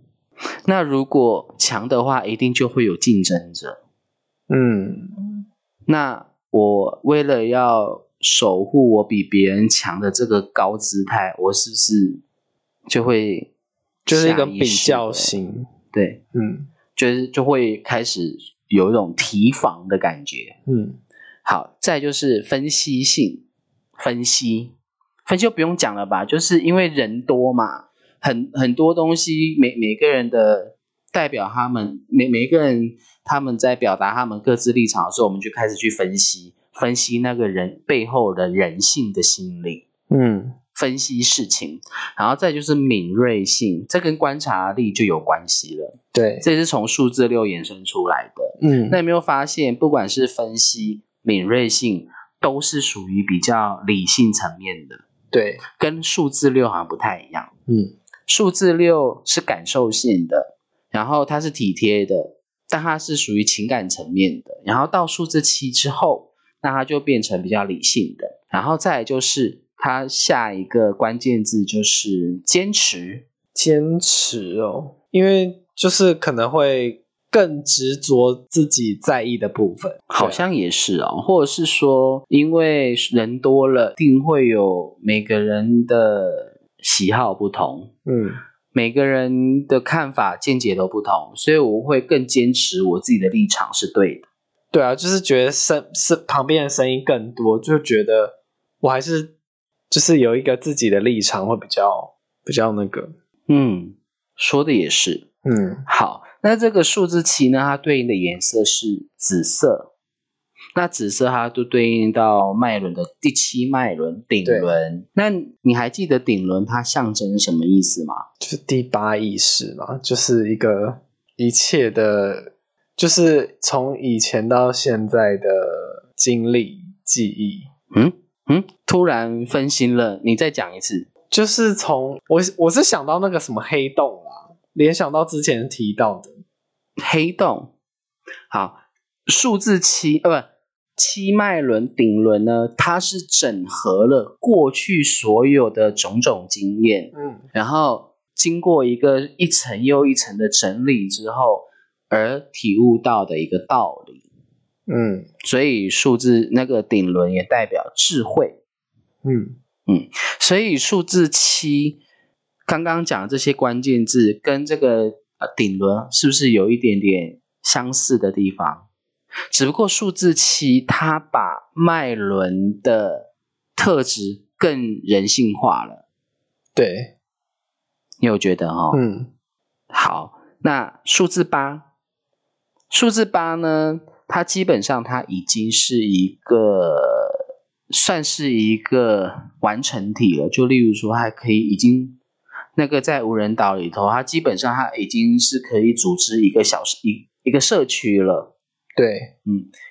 S1: 那如果强的话，一定就会有竞争者。
S2: 嗯
S1: 那我为了要守护我比别人强的这个高姿态，我是不是就会，
S2: 就是一个比较？型，
S1: 对，
S2: 嗯
S1: 就是就会开始有一种提防的感觉。
S2: 嗯
S1: 好，再就是分析性，分析，分析就不用讲了吧，就是因为人多嘛，很很多东西，每每个人的代表他们每每一个人他们在表达他们各自立场的时候，我们就开始去分析，分析那个人背后的人性的心理，
S2: 嗯
S1: 分析事情，然后再就是敏锐性，这跟观察力就有关系了，
S2: 对，
S1: 这是从数字六衍生出来的。
S2: 嗯
S1: 那有没有发现，不管是分析、敏锐性，都是属于比较理性层面的，
S2: 对，
S1: 跟数字六好像不太一样。
S2: 嗯
S1: 数字六是感受性的，然后它是体贴的，但它是属于情感层面的。然后到数字七之后，那它就变成比较理性的。然后再来就是它下一个关键字就是坚持，
S2: 坚持哦，因为就是可能会更执着自己在意的部分，
S1: 好像也是哦，或者是说，因为人多了，一定会有每个人的喜好不同，
S2: 嗯
S1: 每个人的看法见解都不同，所以我会更坚持我自己的立场是对的。
S2: 对啊，就是觉得声是旁边的声音更多，就觉得我还是就是有一个自己的立场会比较比较那个，
S1: 嗯，说的也是。
S2: 嗯
S1: 好，那这个数字七呢，它对应的颜色是紫色。那紫色它就对应到脉轮的第七脉轮顶
S2: 对
S1: 轮。那你还记得顶轮它象征什么意思吗？
S2: 就是第八意识嘛，就是一个一切的，就是从以前到现在的经历记忆，
S1: 嗯，突然分心了，你再讲一次。
S2: 就是从我我是想到那个什么黑洞啦，联想到之前提到的，
S1: 黑洞，好，数字七，呃，不，七脉轮顶轮呢，它是整合了过去所有的种种经验，
S2: 嗯
S1: 然后经过一个一层又一层的整理之后，而体悟到的一个道理。
S2: 嗯
S1: 所以数字那个顶轮也代表智慧，
S2: 嗯
S1: 所以数字七刚刚讲的这些关键字跟这个呃顶轮是不是有一点点相似的地方？只不过数字七它把脉轮的特质更人性化了，
S2: 对，
S1: 你有觉得哦？
S2: 嗯
S1: 好，那数字八，数字八呢，它基本上它已经是一个算是一个完成体了。就例如说，它可以已经那个在无人岛里头，它基本上它已经是可以组织一个小一一个社区了，
S2: 对，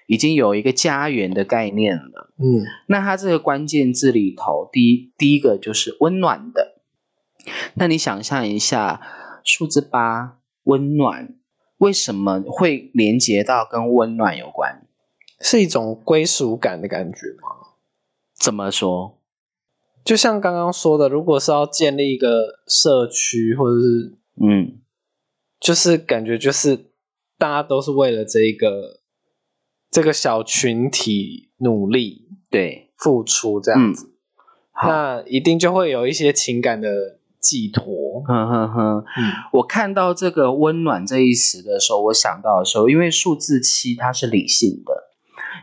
S1: 已经有一个家园的概念了。
S2: 嗯
S1: 那它这个关键字里头，第一第一个就是温暖的。那你想象一下，数字八温暖为什么会连接到跟温暖有关？
S2: 是一种归属感的感觉吗？
S1: 怎么说？
S2: 就像刚刚说的，如果是要建立一个社区，或者是
S1: 嗯，
S2: 就是感觉就是大家都是为了这一个这个小群体努力
S1: 对，
S2: 付出这样子，
S1: 嗯好
S2: 那一定就会有一些情感的寄托。
S1: 哼哼哼，
S2: 嗯
S1: 我看到这个“温暖”这一词的时候，我想到的时候，因为数字七它是理性的，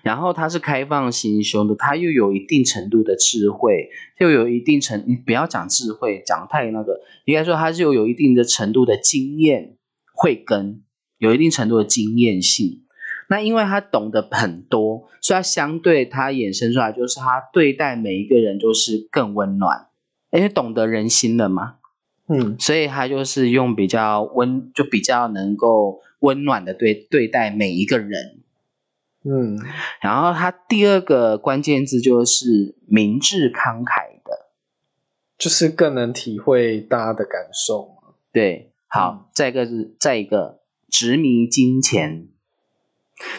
S1: 然后它是开放心胸的，它又有一定程度的智慧，又有一定程，你不要讲智慧，讲太那个，应该说它是又有一定的程度的经验慧根，有一定程度的经验性。那因为他懂得很多，所以他相对他衍生出来就是他对待每一个人就是更温暖，因为懂得人心了嘛。
S2: 嗯，
S1: 所以他就是用比较温，就比较能够温暖的对对待每一个人。
S2: 嗯，
S1: 然后他第二个关键字就是明智慷慨的，
S2: 就是更能体会大家的感受嘛。
S1: 对，好，再一个是再一个执迷金钱。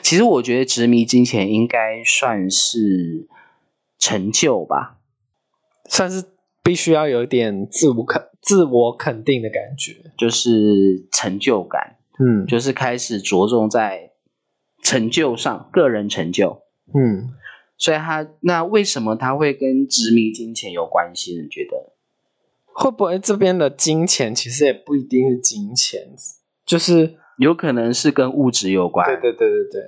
S1: 其实我觉得执迷金钱应该算是成就吧，
S2: 算是必须要有一点自我肯自我肯定的感觉。
S1: 就是成就感，
S2: 嗯
S1: 就是开始着重在成就上，个人成就。
S2: 嗯，
S1: 所以他那为什么他会跟执迷金钱有关系？你觉得？
S2: 会不会这边的金钱其实也不一定是金钱，就是
S1: 有可能是跟物质有关，
S2: 对对对对对，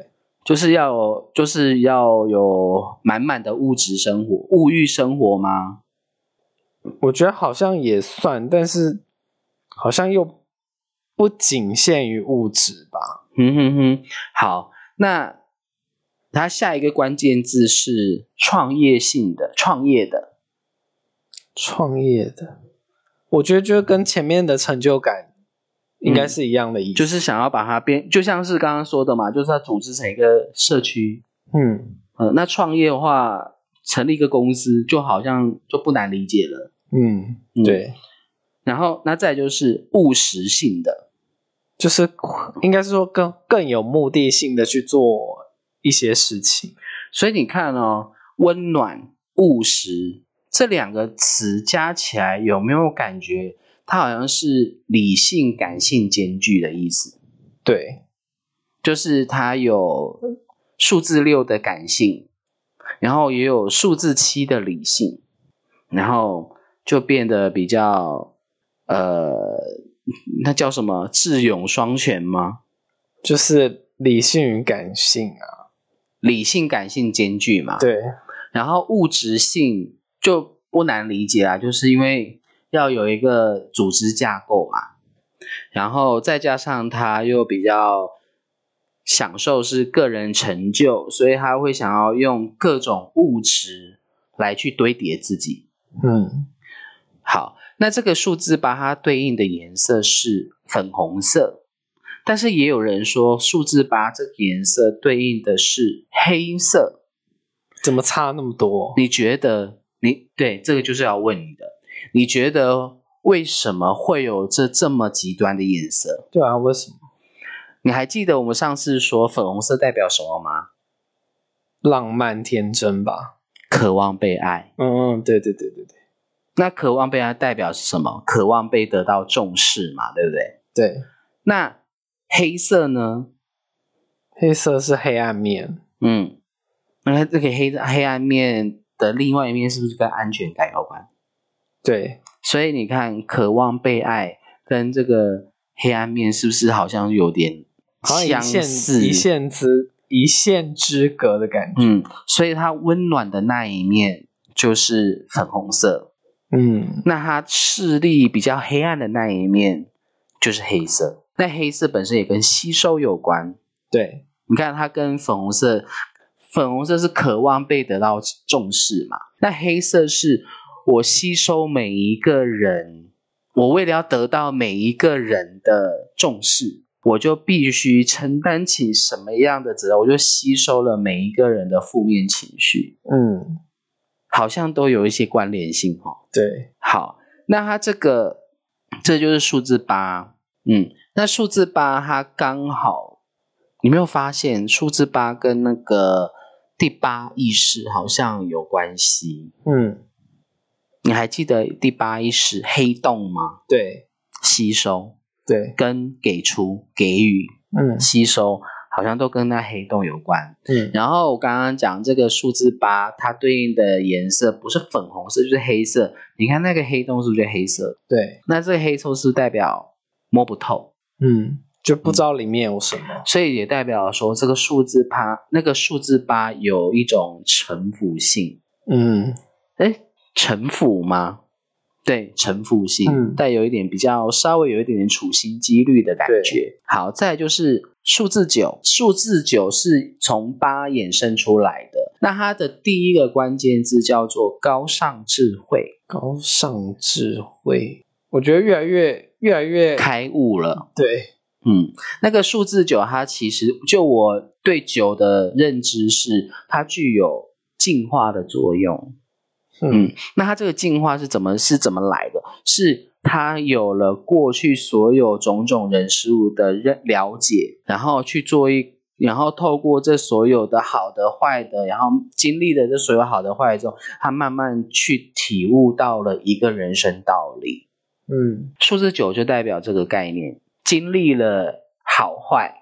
S1: 就是要有就是要有满满的物质生活、物欲生活吗？
S2: 我觉得好像也算，但是好像又不仅限于物质吧。
S1: 哼哼哼，好，那他下一个关键字是创业性的，创业的，
S2: 创业的，我觉得就跟前面的成就感应该
S1: 嗯
S2: 是一样的意思。
S1: 就是想要把它变，就像是刚刚说的嘛，就是他组织成一个社区。
S2: 嗯
S1: 呃，那创业的话，成立一个公司，就好像就不难理解了。
S2: 嗯，
S1: 嗯
S2: 对。
S1: 然后，那再就是务实性的，
S2: 就是应该是说更更有目的性的去做一些事情。
S1: 所以你看哦，温暖、务实这两个词加起来，有没有感觉它好像是理性、感性兼具的意思？
S2: 对，
S1: 就是它有数字六的感性，然后也有数字七的理性，然后就变得比较呃，那叫什么智勇双全吗？
S2: 就是理性与感性啊。
S1: 理性、感性兼具嘛？。
S2: 对，
S1: 然后物质性就不难理解啊，就是因为要有一个组织架构嘛，然后再加上他又比较享受是个人成就，所以他会想要用各种物质来去堆叠自己。
S2: 嗯，
S1: 好，那这个数字八它对应的颜色是粉红色，但是也有人说数字八这个颜色对应的是黑色。
S2: 怎么差那么多？
S1: 你觉得你对这个就是要问你的，你觉得为什么会有这这么极端的颜色？
S2: 对啊，为什么？
S1: 你还记得我们上次说粉红色代表什么吗？
S2: 浪漫天真吧。
S1: 渴望被爱。
S2: 嗯，对对对对对
S1: 那渴望被爱代表是什么？渴望被得到重视嘛，对不对？
S2: 对，
S1: 那黑色呢？
S2: 黑色是黑暗面。
S1: 嗯，那这个黑黑暗面的另外一面是不是跟安全感有关？
S2: 对，
S1: 所以你看，渴望被爱跟这个黑暗面是不是好像有点
S2: 好像
S1: 相
S2: 一线
S1: 似？
S2: 一线之一线之隔的感觉。
S1: 嗯，所以它温暖的那一面就是粉红色，
S2: 嗯
S1: 那它视力比较黑暗的那一面就是黑色。那黑色本身也跟吸收有关，
S2: 对，
S1: 你看它跟粉红色，粉红色是渴望被得到重视嘛，那黑色是我吸收每一个人，我为了要得到每一个人的重视，我就必须承担起什么样的责任，我就吸收了每一个人的负面情绪，
S2: 嗯，
S1: 好像都有一些关联性哦。
S2: 对，
S1: 好，那它这个这就是数字八，嗯，那数字八它刚好，你没有发现数字八跟那个第八意识好像有关系？
S2: 嗯
S1: 你还记得第八意识黑洞吗？
S2: 对
S1: 吸收
S2: 对，
S1: 跟给出给予
S2: 嗯
S1: 吸收，好像都跟那黑洞有关。
S2: 嗯
S1: 然后我刚刚讲这个数字八，它对应的颜色不是粉红色就是黑色。你看那个黑洞是不是就黑色？
S2: 对，
S1: 那这个黑洞是代表摸不透，
S2: 嗯，就不知道里面有什么，
S1: 所以也代表说这个数字八，那个数字八有一种臣服性。
S2: 嗯
S1: 哎，城府吗？对，城府性，
S2: 嗯
S1: 带有一点比较稍微有一点点处心积虑的感觉。好，再来就是数字九，数字九是从八衍生出来的，那它的第一个关键字叫做高尚智慧，
S2: 高尚智慧，我觉得越来越越来越
S1: 开悟了。
S2: 对，
S1: 嗯，那个数字九，它其实就我对九的认知是，它具有净化的作用。
S2: 嗯
S1: 嗯，那它这个进化是怎么是怎么来的？是它有了过去所有种种人事物的认了解，然后去做一，然后透过这所有的好的、坏的，然后经历了这所有好的、坏的之后，他慢慢去体悟到了一个人生道理。
S2: 嗯
S1: 数字九就代表这个概念，经历了好坏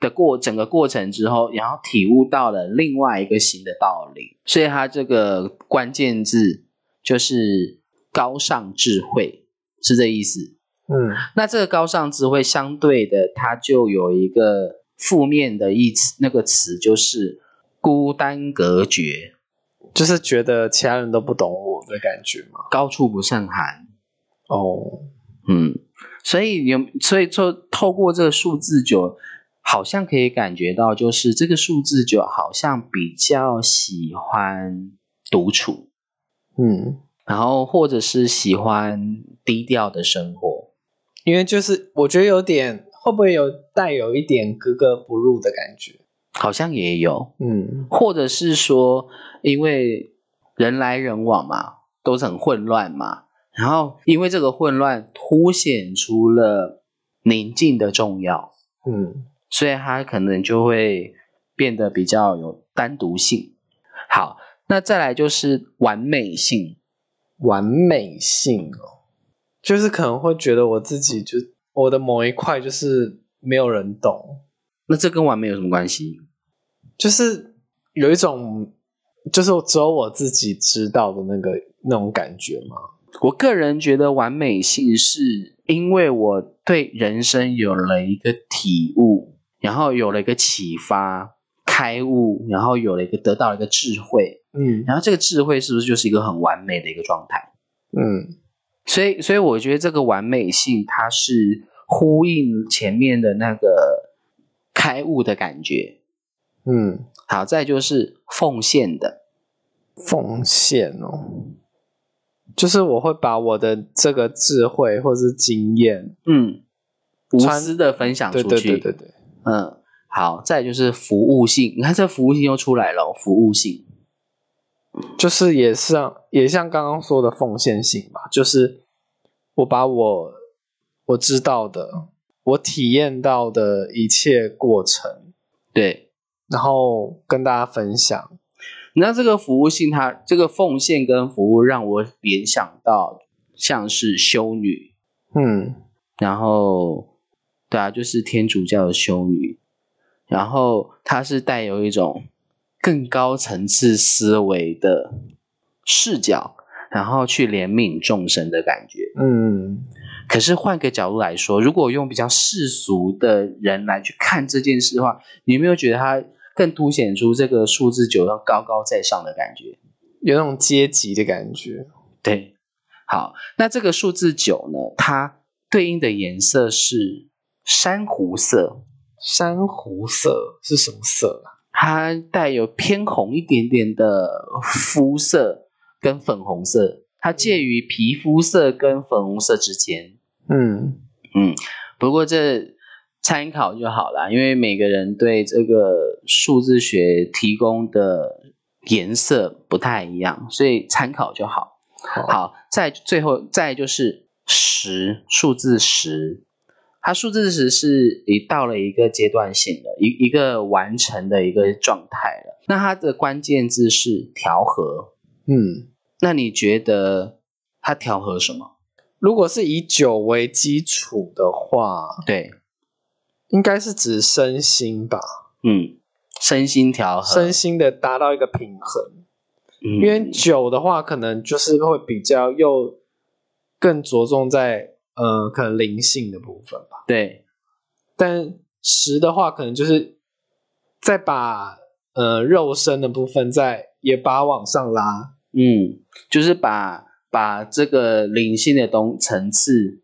S1: 的过整个过程之后，然后体悟到了另外一个新的道理，所以它这个关键字就是高尚智慧，是这意思。
S2: 嗯
S1: 那这个高尚智慧相对的，它就有一个负面的意词，那个词就是孤单隔绝，
S2: 就是觉得其他人都不懂我的感觉嘛。
S1: 高处不胜寒。
S2: 哦，
S1: 嗯，所以有，所以就透过这个数字九，好像可以感觉到，就是这个数字九好像比较喜欢独处，
S2: 嗯，
S1: 然后或者是喜欢低调的生活。
S2: 因为就是我觉得有点会不会有带有一点格格不入的感觉？
S1: 好像也有，
S2: 嗯
S1: 或者是说，因为人来人往嘛，都是很混乱嘛，然后因为这个混乱凸显出了宁静的重要。
S2: 嗯
S1: 所以它可能就会变得比较有单独性。好，那再来就是完美性，
S2: 完美性哦，就是可能会觉得我自己就我的某一块就是没有人懂，
S1: 那这跟完美有什么关系？
S2: 就是有一种就是只有我自己知道的那个那种感觉嘛。
S1: 我个人觉得完美性是因为我对人生有了一个体悟，然后有了一个启发、开悟，然后有了一个得到了一个智慧，
S2: 嗯
S1: 然后这个智慧是不是就是一个很完美的一个状态？
S2: 嗯
S1: 所以，所以我觉得这个完美性，它是呼应前面的那个开悟的感觉。
S2: 嗯，
S1: 好，再就是奉献的，
S2: 奉献哦，就是我会把我的这个智慧或是经验，
S1: 嗯，无
S2: 传
S1: 私的分享出
S2: 对
S1: 去，
S2: 对对对对，
S1: 嗯，好，再就是服务性，你看这服务性又出来了哦，服务性，
S2: 就是也像也像刚刚说的奉献性吧，就是我把我我知道的，我体验到的一切过程，
S1: 对。
S2: 然后跟大家分享。
S1: 那这个服务性它，这个奉献跟服务让我联想到像是修女，
S2: 嗯
S1: 然后，对啊，就是天主教的修女，然后她是带有一种更高层次思维的视角，然后去怜悯众生的感觉。
S2: 嗯
S1: 可是换个角度来说，如果用比较世俗的人来去看这件事的话，你有没有觉得它更凸显出这个数字九要高高在上的感觉？
S2: 有那种阶级的感觉。
S1: 对，好，那这个数字九呢，它对应的颜色是珊瑚色。
S2: 珊瑚色是什么色啊？
S1: 它带有偏红一点点的肤色跟粉红色，它介于皮肤色跟粉红色之间。
S2: 嗯
S1: 不过这参考就好啦，因为每个人对这个数字学提供的颜色不太一样，所以参考就好。
S2: 好
S1: 好，再最后再就是十数字十，它数字十是已到了一个阶段性的一一个完成的一个状态了。那它的关键字是调和，
S2: 嗯，
S1: 那你觉得它调和什么？
S2: 如果是以酒为基础的话，
S1: 对，
S2: 应该是指身心吧？
S1: 嗯，身心调和，嗯
S2: 身心的达到一个平衡。
S1: 因
S2: 因为酒的话，可能就是会比较又更着重在呃，可能灵性的部分吧。
S1: 对
S2: 但食的话，可能就是再把呃肉身的部分再也把它往上拉。
S1: 嗯，就是把把这个灵性的东层次、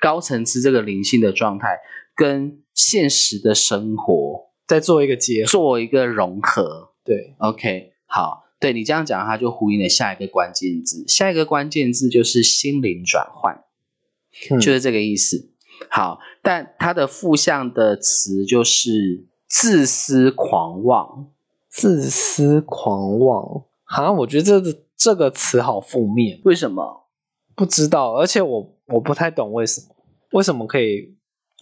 S1: 高层次这个灵性的状态跟现实的生活
S2: 再做一个结合，
S1: 做一个融合。
S2: 对，
S1: OK，好，对你这样讲，它就呼应了下一个关键字。下一个关键字就是心灵转换，
S2: 嗯
S1: 就是这个意思。好，但它的负向的词就是自私狂妄。
S2: 自私狂妄。哈，我觉得这个这个词好负面，
S1: 为什么？
S2: 不知道，而且我我不太懂为什么，为什么可以？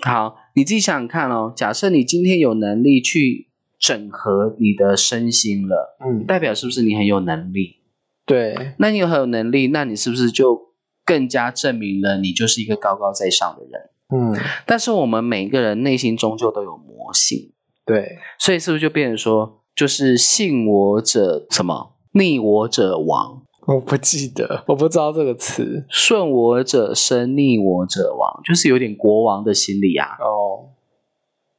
S1: 好，你自己想想看哦。假设你今天有能力去整合你的身心了，
S2: 嗯，
S1: 代表是不是你很有能力？
S2: 对，
S1: 那你有很有能力，那你是不是就更加证明了你就是一个高高在上的人？
S2: 嗯，
S1: 但是我们每一个人内心终究都有魔性，
S2: 对，
S1: 所以是不是就变成说，就是信我者什么，逆我者亡，
S2: 我不记得，我不知道这个词。
S1: 顺我者生，逆我者亡，就是有点国王的心理啊。
S2: 哦，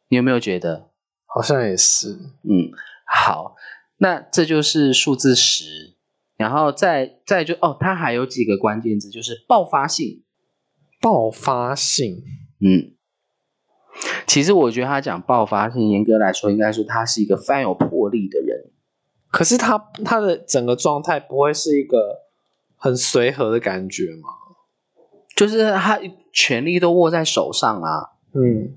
S1: 你有没有觉得？
S2: 好像也是。
S1: 嗯，好，那这就是数字十，然后再再就哦，它还有几个关键字，就是爆发性。
S2: 爆发性，
S1: 嗯，其实我觉得他讲爆发性，严格来说，应该说他是一个非常有魄力的人。
S2: 可是他他的整个状态不会是一个很随和的感觉吗？
S1: 就是他权力都握在手上啊，
S2: 嗯，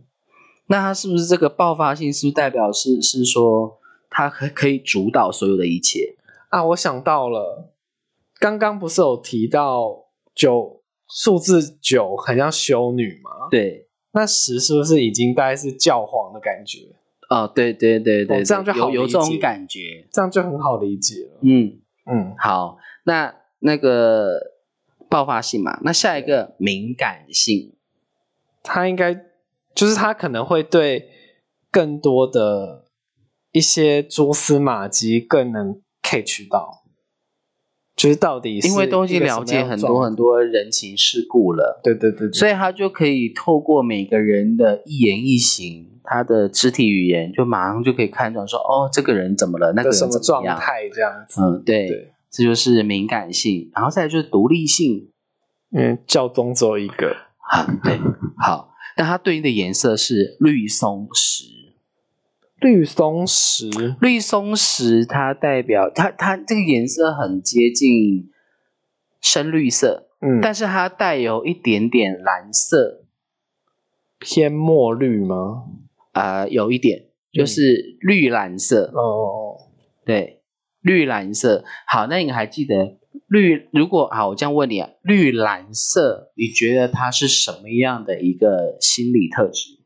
S1: 那他是不是这个爆发性，是不是代表是是说他可可以主导所有的一切？
S2: 啊，我想到了，刚刚不是有提到九数字九很像修女吗？
S1: 对，
S2: 那十是不是已经大概是教皇的感觉？
S1: 哦，对对对对，
S2: 哦这样就
S1: 对
S2: 好
S1: 有有
S2: 理
S1: 这种
S2: 解
S1: 感觉，
S2: 这样就很好理解了。
S1: 嗯。
S2: 嗯，
S1: 好，那那个爆发性嘛，那下一个敏感性，
S2: 他应该就是他可能会对更多的一些蛛丝马迹更能 catch 到，就是到底是
S1: 因为都已经
S2: 一个什么
S1: 了解
S2: 样的
S1: 很
S2: 状
S1: 多很多人情世故了，
S2: 对对对对，
S1: 所以他就可以透过每个人的一言一行，他的肢体语言，就马上就可以看到说，哦，这个人怎么了，那个
S2: 的
S1: 人
S2: 什
S1: 怎
S2: 么
S1: 么
S2: 状
S1: 样？
S2: 态这样子。
S1: 嗯，对，
S2: 对，
S1: 这就是敏感性，然后再来就是独立性
S2: 因为嗯教宗只有一个，
S1: 啊，对，好，那它对应的颜色是绿松石。
S2: 绿松石
S1: 绿松石它代表它它这个颜色很接近深绿色，
S2: 嗯，
S1: 但是它带有一点点蓝色，
S2: 偏墨绿吗？
S1: 啊，有一点就是绿蓝色，
S2: 哦哦
S1: 对，绿蓝色。好，那你还记得绿？如果好，我这样问你啊，绿蓝色，你觉得它是什么样的一个心理特质？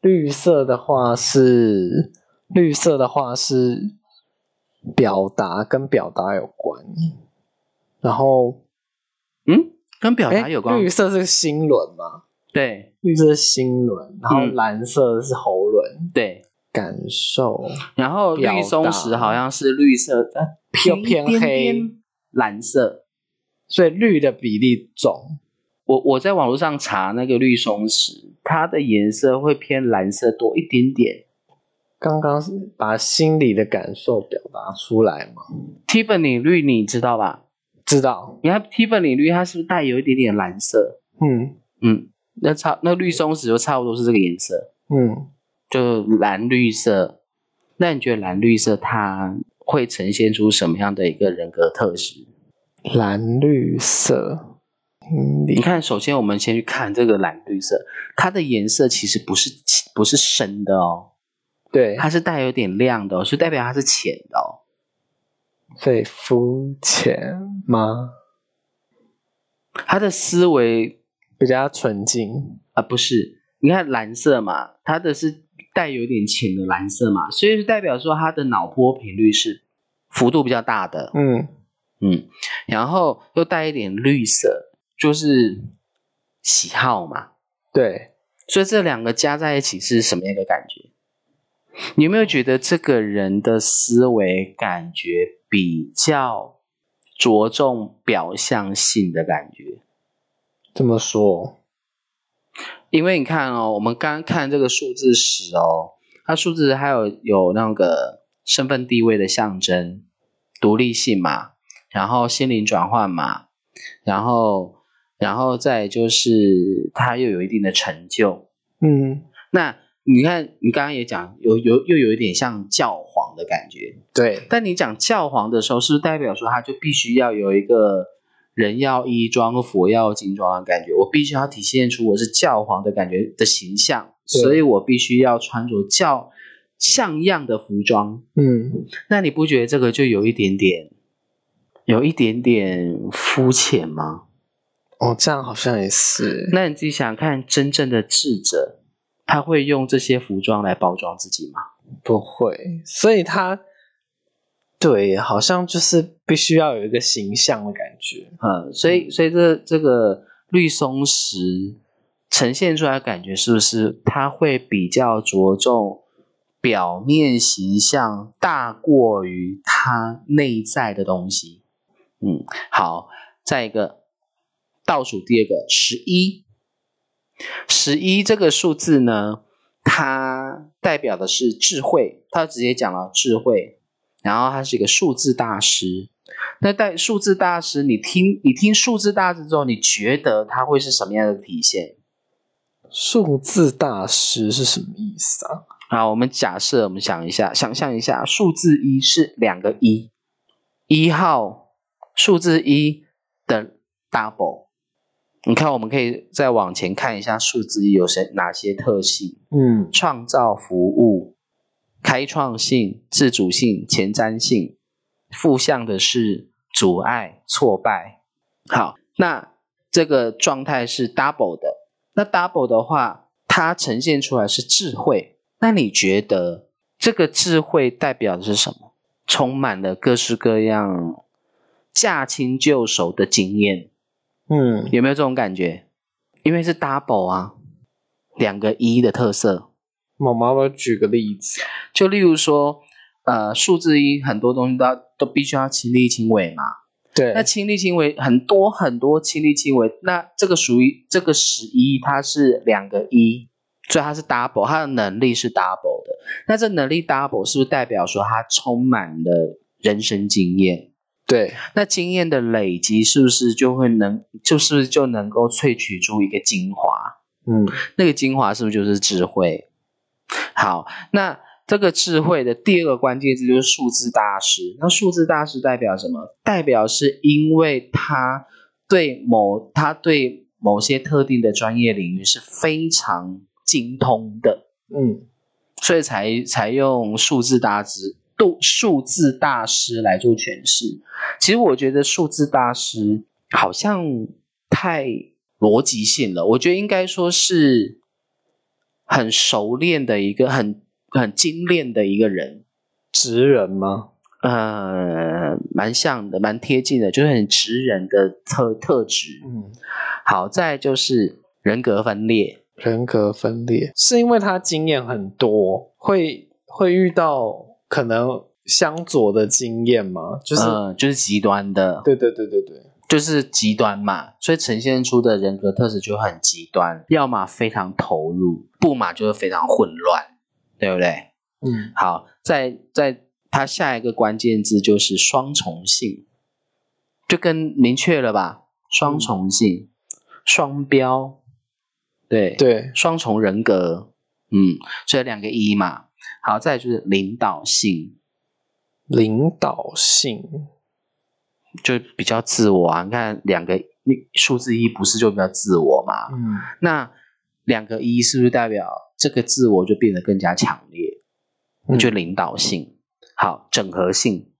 S2: 绿色的话是绿色的话是表达跟表达有关，然后
S1: 嗯，跟表
S2: 哎，
S1: 达有关？
S2: 绿色是心轮嘛，
S1: 对
S2: 绿色是心轮，然后
S1: 嗯
S2: 蓝色是喉轮，
S1: 对。
S2: 感受
S1: 然后
S2: 表
S1: 绿松石
S2: 达
S1: 好像是绿色，呃，
S2: 又
S1: 一
S2: 偏
S1: 点
S2: 黑
S1: 点蓝色。
S2: 所以绿的比例重，
S1: 我我在网络上查那个绿松石，它的颜色会偏蓝色多一点点。
S2: 刚刚是把心里的感受表达出来嘛？
S1: Tiffany 绿你知道吧？
S2: 知道，
S1: 你看 Tiffany 绿，它是不是带有一点点蓝色？
S2: 嗯
S1: 嗯，那差那绿松石就差不多是这个颜色，
S2: 嗯，
S1: 就蓝绿色。那你觉得蓝绿色它会呈现出什么样的一个人格特质？
S2: 蓝绿色，嗯，
S1: 你看，首先我们先去看这个蓝绿色，它的颜色其实不是不是深的哦，
S2: 对，
S1: 它是带有点亮的、哦，是代表它是浅的哦。
S2: 所以肤浅吗？
S1: 它的思维
S2: 比较纯净，
S1: 啊、不是，你看蓝色嘛，它的是带有点浅的蓝色嘛，所以就代表说它的脑波频率是幅度比较大的，
S2: 嗯，
S1: 嗯，然后又带一点绿色，就是喜好嘛，
S2: 对，
S1: 所以这两个加在一起是什么样一个感觉？你有没有觉得这个人的思维感觉比较着重表象性的感觉？
S2: 这么说，
S1: 因为你看哦，我们刚刚看这个数字十哦，它数字还有有那个身份地位的象征、独立性嘛，然后心灵转换嘛，然后然后再就是它又有一定的成就。
S2: 嗯，
S1: 那你看，你刚刚也讲，有有又有一点像教皇的感觉，
S2: 对，
S1: 但你讲教皇的时候，是不是代表说他就必须要有一个人要衣装、佛要金装的感觉？我必须要体现出我是教皇的感觉的形象，
S2: 对
S1: 所以我必须要穿着教像样的服装。
S2: 嗯，
S1: 那你不觉得这个就有一点点，有一点点肤浅吗？
S2: 哦，这样好像也是，
S1: 那你自己想想看，真正的智者，他会用这些服装来包装自己吗？
S2: 不会，所以他对，好像就是必须要有一个形象的感觉。
S1: 嗯，所以所以这这个绿松石呈现出来的感觉是不是它会比较着重表面形象大过于它内在的东西？嗯，好，再一个倒数第二个十一，十一这个数字呢，它代表的是智慧，它直接讲了智慧，然后它是一个数字大师。那在数字大师，你听你听数字大师之后，你觉得他会是什么样的体现？
S2: 数字大师是什么意思啊？
S1: 啊，我们假设，我们想一下，想象一下，数字一是两个一，一号数字一的 double。你看，我们可以再往前看一下数字一有谁哪些特性：
S2: 嗯
S1: 创造服务、开创性、自主性、前瞻性。负向的是阻碍、挫败。好，那这个状态是 double 的。那 double 的话，它呈现出来是智慧。那你觉得这个智慧代表的是什么？充满了各式各样驾轻就熟的经验。
S2: 嗯，
S1: 有没有这种感觉？因为是 double 啊，两个一的特色。
S2: 妈妈，我举个例子，
S1: 就例如说，呃，数字一很多东西都要都必须要亲力亲为嘛。
S2: 对，
S1: 那亲力亲为很多很多亲力亲为，那这个属于这个十一，它是两个一，所以它是 double，它的能力是 double 的。那这能力 double 是不是代表说它充满了人生经验？
S2: 对，
S1: 那经验的累积是不是就会能，就是不是就能够萃取出一个精华？
S2: 嗯
S1: 那个精华是不是就是智慧？好，那这个智慧的第二个关键字就是数字大师。那数字大师代表什么？代表是因为他对某他对某些特定的专业领域是非常精通的，
S2: 嗯，
S1: 所以才才用数字大师。度数字大师来做诠释，其实我觉得数字大师好像太逻辑性了。我觉得应该说是很熟练的一个，很很精炼的一个人，
S2: 职人吗？
S1: 呃，蛮像的，蛮贴近的，就是很直人的特特质。
S2: 嗯，
S1: 好，再来就是人格分裂，
S2: 人格分裂是因为他经验很多，会会遇到可能相左的经验吗？就是，
S1: 呃就是极端的，
S2: 对对对对对，
S1: 就是极端嘛，所以呈现出的人格特质就很极端，要么非常投入，不嘛就是非常混乱，对不对？
S2: 嗯
S1: 好，在在它下一个关键字就是双重性，就跟明确了吧？双重性、双标，对，
S2: 对，
S1: 双重人格，嗯，所以两个一嘛。好，再来就是领导性，
S2: 领导性，
S1: 就比较自我啊。你看两个一数字一不是就比较自我嘛？
S2: 嗯
S1: 那两个一是不是代表这个自我就变得更加强烈？
S2: 嗯
S1: 就领导性，好，整合性，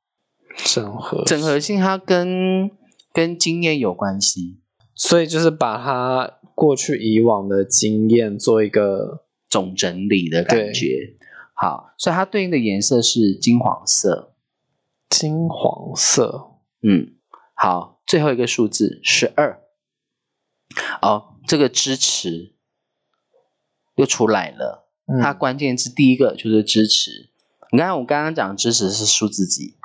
S2: 整合，
S1: 整合性它跟跟经验有关系，
S2: 所以就是把他过去以往的经验做一个，
S1: 总整理的感觉。好，所以它对应的颜色是金黄色。
S2: 金黄色，
S1: 嗯，好，最后一个数字十二。哦，这个支持又出来了，
S2: 嗯
S1: 它关键是第一个就是支持。你看我刚刚讲支持是数字几？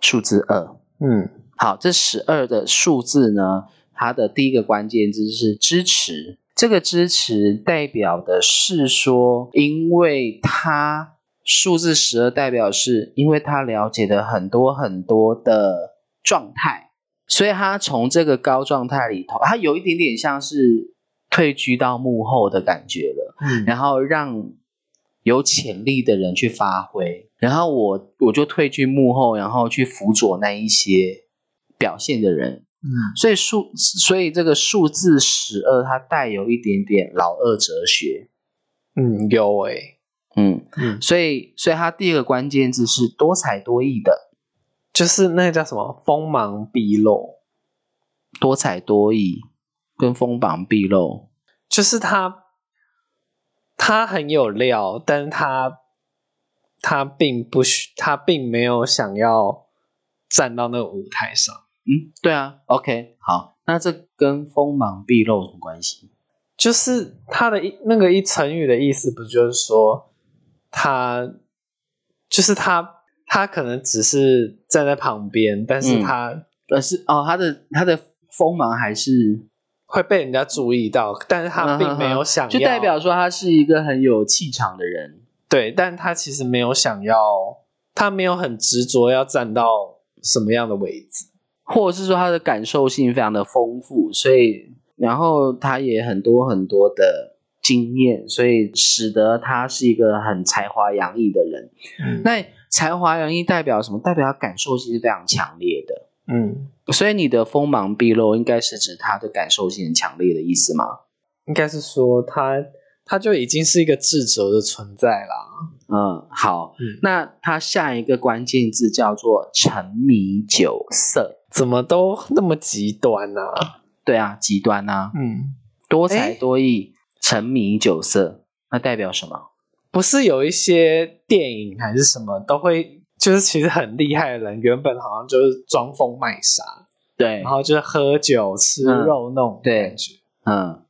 S1: 数字二。
S2: 嗯
S1: 好，这十二的数字呢，它的第一个关键字是支持。这个支持代表的是说，因为他数字十二代表是因为他了解的很多很多的状态，所以他从这个高状态里头，他有一点点像是退居到幕后的感觉了。
S2: 嗯
S1: 然后让有潜力的人去发挥，然后我我就退居幕后，然后去辅佐那一些表现的人。
S2: 嗯
S1: 所以数，所以这个数字十二，它带有一点点老二哲学。
S2: 嗯，有哎、
S1: 嗯，
S2: 嗯，
S1: 所以，所以它第二个关键字是多才多艺的，
S2: 就是那个叫什么锋芒毕露，
S1: 多才多艺跟锋芒毕露。
S2: 就是他他很有料，但是他他并不需，他并没有想要站到那个舞台上，
S1: 嗯，对啊，OK，好，那这跟锋芒毕露有什么关系？
S2: 就是他的一那个一成语的意思，不就是说他就是他他可能只是站在旁边，但是
S1: 嗯
S2: 他
S1: 而是哦，他的他的锋芒还是
S2: 会被人家注意到，但是他并没有想要，
S1: 嗯就代表说他是一个很有气场的人。
S2: 对，但他其实没有想要，他没有很执着要站到什么样的位置。
S1: 或者是说他的感受性非常的丰富，所以然后他也很多很多的经验，所以使得他是一个很才华洋溢的人。
S2: 嗯
S1: 那才华洋溢代表什么？代表他感受性是非常强烈的。
S2: 嗯，
S1: 所以你的锋芒毕露应该是指他的感受性很强烈的意思吗？
S2: 应该是说他他就已经是一个智者的存在啦。
S1: 嗯，好。
S2: 嗯
S1: 那他下一个关键字叫做沉迷酒色，
S2: 怎么都那么极端呢、
S1: 对啊，极端啊。
S2: 嗯，
S1: 多才
S2: 诶
S1: 多艺、沉迷酒色，那代表什么？
S2: 不是有一些电影还是什么都会，就是其实很厉害的人，原本好像就是装疯卖傻，
S1: 对
S2: 然后就是喝酒吃
S1: 嗯
S2: 肉那种
S1: 对
S2: 感觉，
S1: 嗯，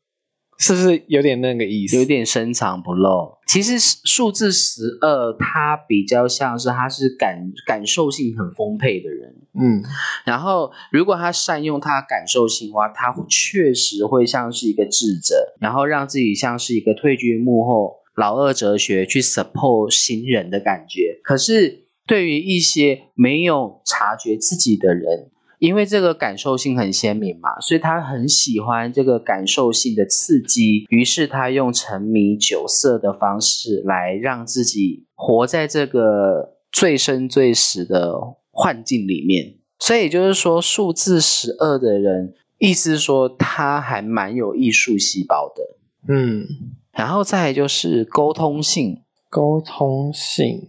S2: 是不是有点那个意思？
S1: 有点深藏不露。其实数字十二，它比较像是他是感感受性很丰沛的人。
S2: 嗯
S1: 然后，如果他善用他的感受性的话，他确实会像是一个智者，然后让自己像是一个退居幕后老二哲学去 support 新人的感觉。可是，对于一些没有察觉自己的人，因为这个感受性很鲜明嘛，所以他很喜欢这个感受性的刺激，于是他用沉迷酒色的方式来让自己活在这个最深最实的幻境里面。所以就是说，数字十二的人，意思是说他还蛮有艺术细胞的。
S2: 嗯，
S1: 然后再来就是沟通性，
S2: 沟通性，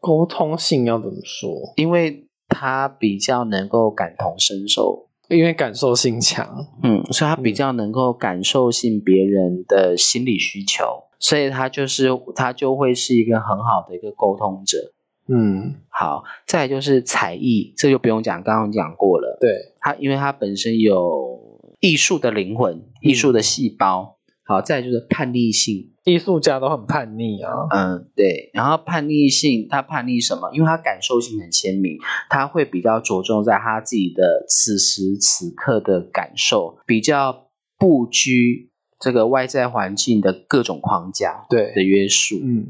S2: 沟通性要怎么说？
S1: 因为他比较能够感同身受，
S2: 因为感受性强，
S1: 嗯，所以他比
S2: 嗯
S1: 较能够感受性别人的心理需求，所以他就是他就会是一个很好的一个沟通者。
S2: 嗯，
S1: 好，再来就是才艺，这就不用讲，刚刚讲过了。
S2: 对，
S1: 他因为他本身有艺术的灵魂，艺术的细胞。好，再来就是叛逆性，
S2: 艺术家都很叛逆啊，
S1: 嗯，对。然后叛逆性，他叛逆什么？因为他感受性很鲜明，他会比较着重在他自己的此时此刻的感受，比较不拘这个外在环境的各种框架的
S2: 对，
S1: 约束。
S2: 嗯，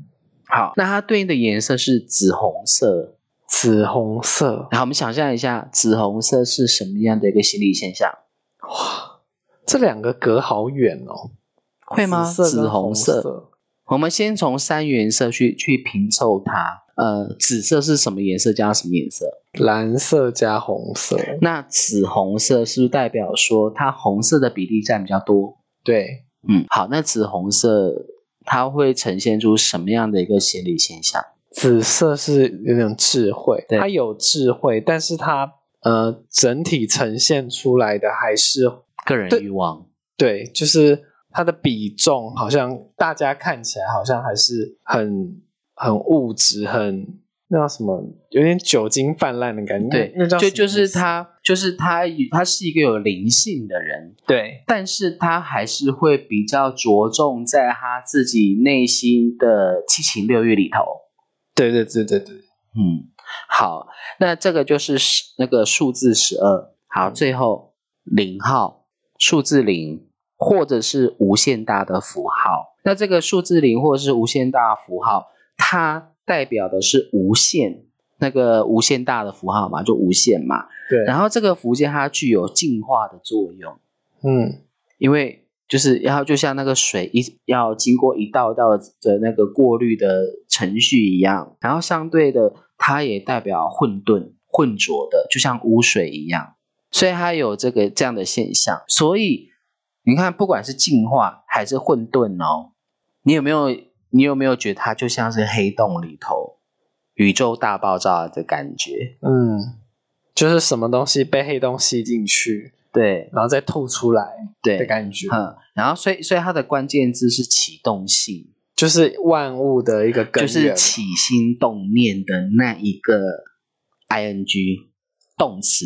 S1: 好，那它对应的颜色是紫红色。
S2: 紫红色，
S1: 然后我们想象一下，紫红色是什么样的一个心理现象？
S2: 哇，这两个隔好远哦，
S1: 会吗？
S2: 紫色
S1: 紫
S2: 跟
S1: 红
S2: 红
S1: 色，我们先从三原色去去拼凑它。呃，紫色是什么颜色加什么颜色？
S2: 蓝色加红色，
S1: 那紫红色是不是代表说它红色的比例占比较多？
S2: 对，
S1: 嗯，好，那紫红色它会呈现出什么样的一个心理现象？
S2: 紫色是有点智慧，
S1: 对
S2: 它有智慧，但是它呃整体呈现出来的还是
S1: 个人
S2: 对
S1: 欲望。
S2: 对，就是它的比重好像大家看起来好像还是很很物质、很那叫什么，有点酒精泛滥的感觉。
S1: 对
S2: 那叫，
S1: 就
S2: 什么
S1: 就是他，就是他，他是一个有灵性的人，
S2: 对
S1: 但是他还是会比较着重在他自己内心的七情六欲里头。
S2: 对对对对对，
S1: 嗯，好，那这个就是十那个数字十二。好，最后零号数字零，或者是无限大的符号。那这个数字零或者是无限大符号，它代表的是无限，那个无限大的符号嘛，就无限嘛。
S2: 对
S1: 然后这个符件它具有净化的作用。
S2: 嗯，
S1: 因为就是要就像那个水一要经过一道一道的那个过滤的程序一样，然后相对的，它也代表混沌、混浊的，就像污水一样，所以它有这个这样的现象。所以你看，不管是进化还是混沌哦，你有没有你有没有觉得它就像是黑洞里头宇宙大爆炸的感觉？
S2: 嗯，就是什么东西被黑洞吸进去，
S1: 对
S2: 然后再吐出来的
S1: 对，
S2: 感觉，
S1: 嗯，然后所以所以它的关键字是启动性。
S2: 就是万物的一个根
S1: 就
S2: 源。
S1: 是起心动念的那一个 ing 动词，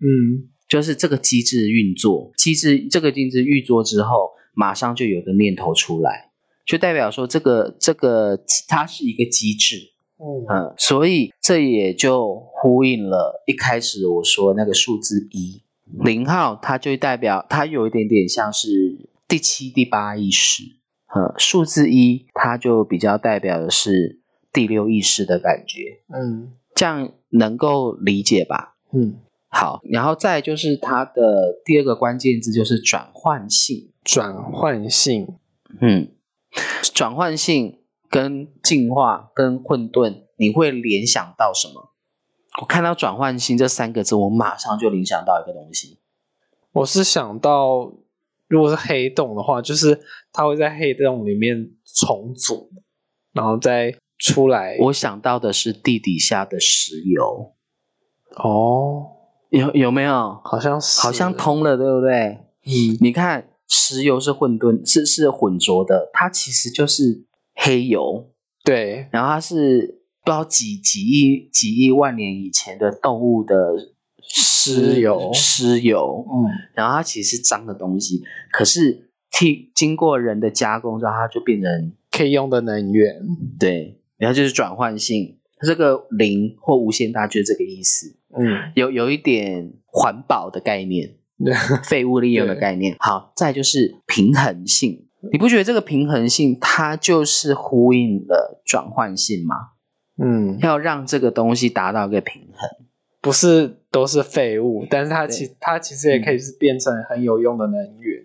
S2: 嗯，
S1: 就是这个机制运作，机制这个机制运作之后，马上就有个念头出来，就代表说这个这个它是一个机制，
S2: 嗯
S1: 嗯，所以这也就呼应了一开始我说那个数字一零号，它就代表它有一点点像是第七、第八意识，呃，数字一它就比较代表的是第六意识的感觉，
S2: 嗯
S1: 这样能够理解吧？
S2: 嗯，
S1: 好，然后再就是它的第二个关键字就是转换性，
S2: 转换性，
S1: 嗯，转换性跟进化跟混沌，你会联想到什么？我看到转换性这三个字，我马上就联想到一个东西，
S2: 我是想到，如果是黑洞的话，就是它会在黑洞里面重组，然后再出来。
S1: 我想到的是地底下的石油，
S2: 哦，
S1: 有有没有？
S2: 好像是，
S1: 好像，通了，对不对？
S2: 嗯
S1: 你看，石油是混沌，是是混浊的，它其实就是黑油，
S2: 对，
S1: 然后它是不知道几几亿几亿万年以前的动物的尸
S2: 尸油
S1: 尸油，
S2: 嗯，
S1: 然后它其实是脏的东西，可是替经过人的加工之后，它就变成
S2: 可以用的能源，
S1: 对，然后就是转换性，它这个零或无限大就是这个意思，
S2: 嗯，
S1: 有有一点环保的概念，废物利用的概念。好，再就是平衡性，你不觉得这个平衡性它就是呼应了转换性吗？
S2: 嗯，
S1: 要让这个东西达到一个平衡。
S2: 不是都是废物，但是它
S1: 对
S2: 其它其实也可以是变成很有用的能源。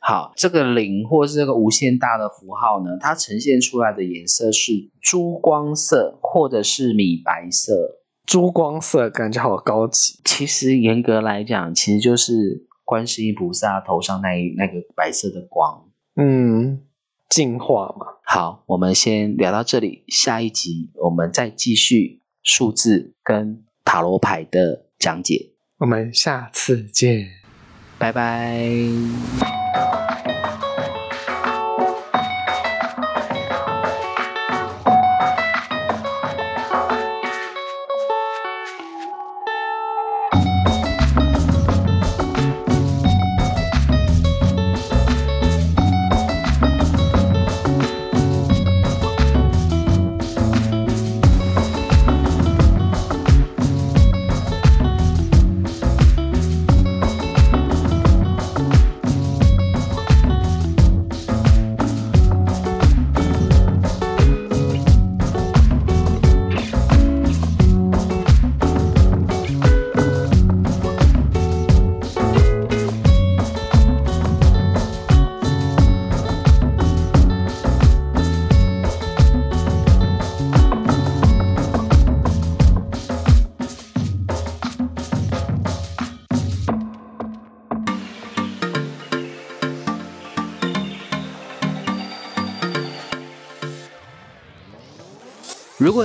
S1: 好，这个零或是这个无限大的符号呢，它呈现出来的颜色是珠光色或者是米白色。
S2: 珠光色感觉好高级，
S1: 其实严格来讲，其实就是观世音菩萨头上那一那个白色的光。
S2: 嗯，进化嘛，
S1: 好，我们先聊到这里，下一集我们再继续数字跟塔罗牌的讲解。
S2: 我们下次见。
S1: 拜拜。如果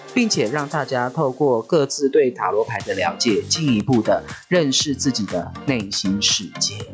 S1: 并且让大家透过各自对塔罗牌的了解，进一步的认识自己的内心世界。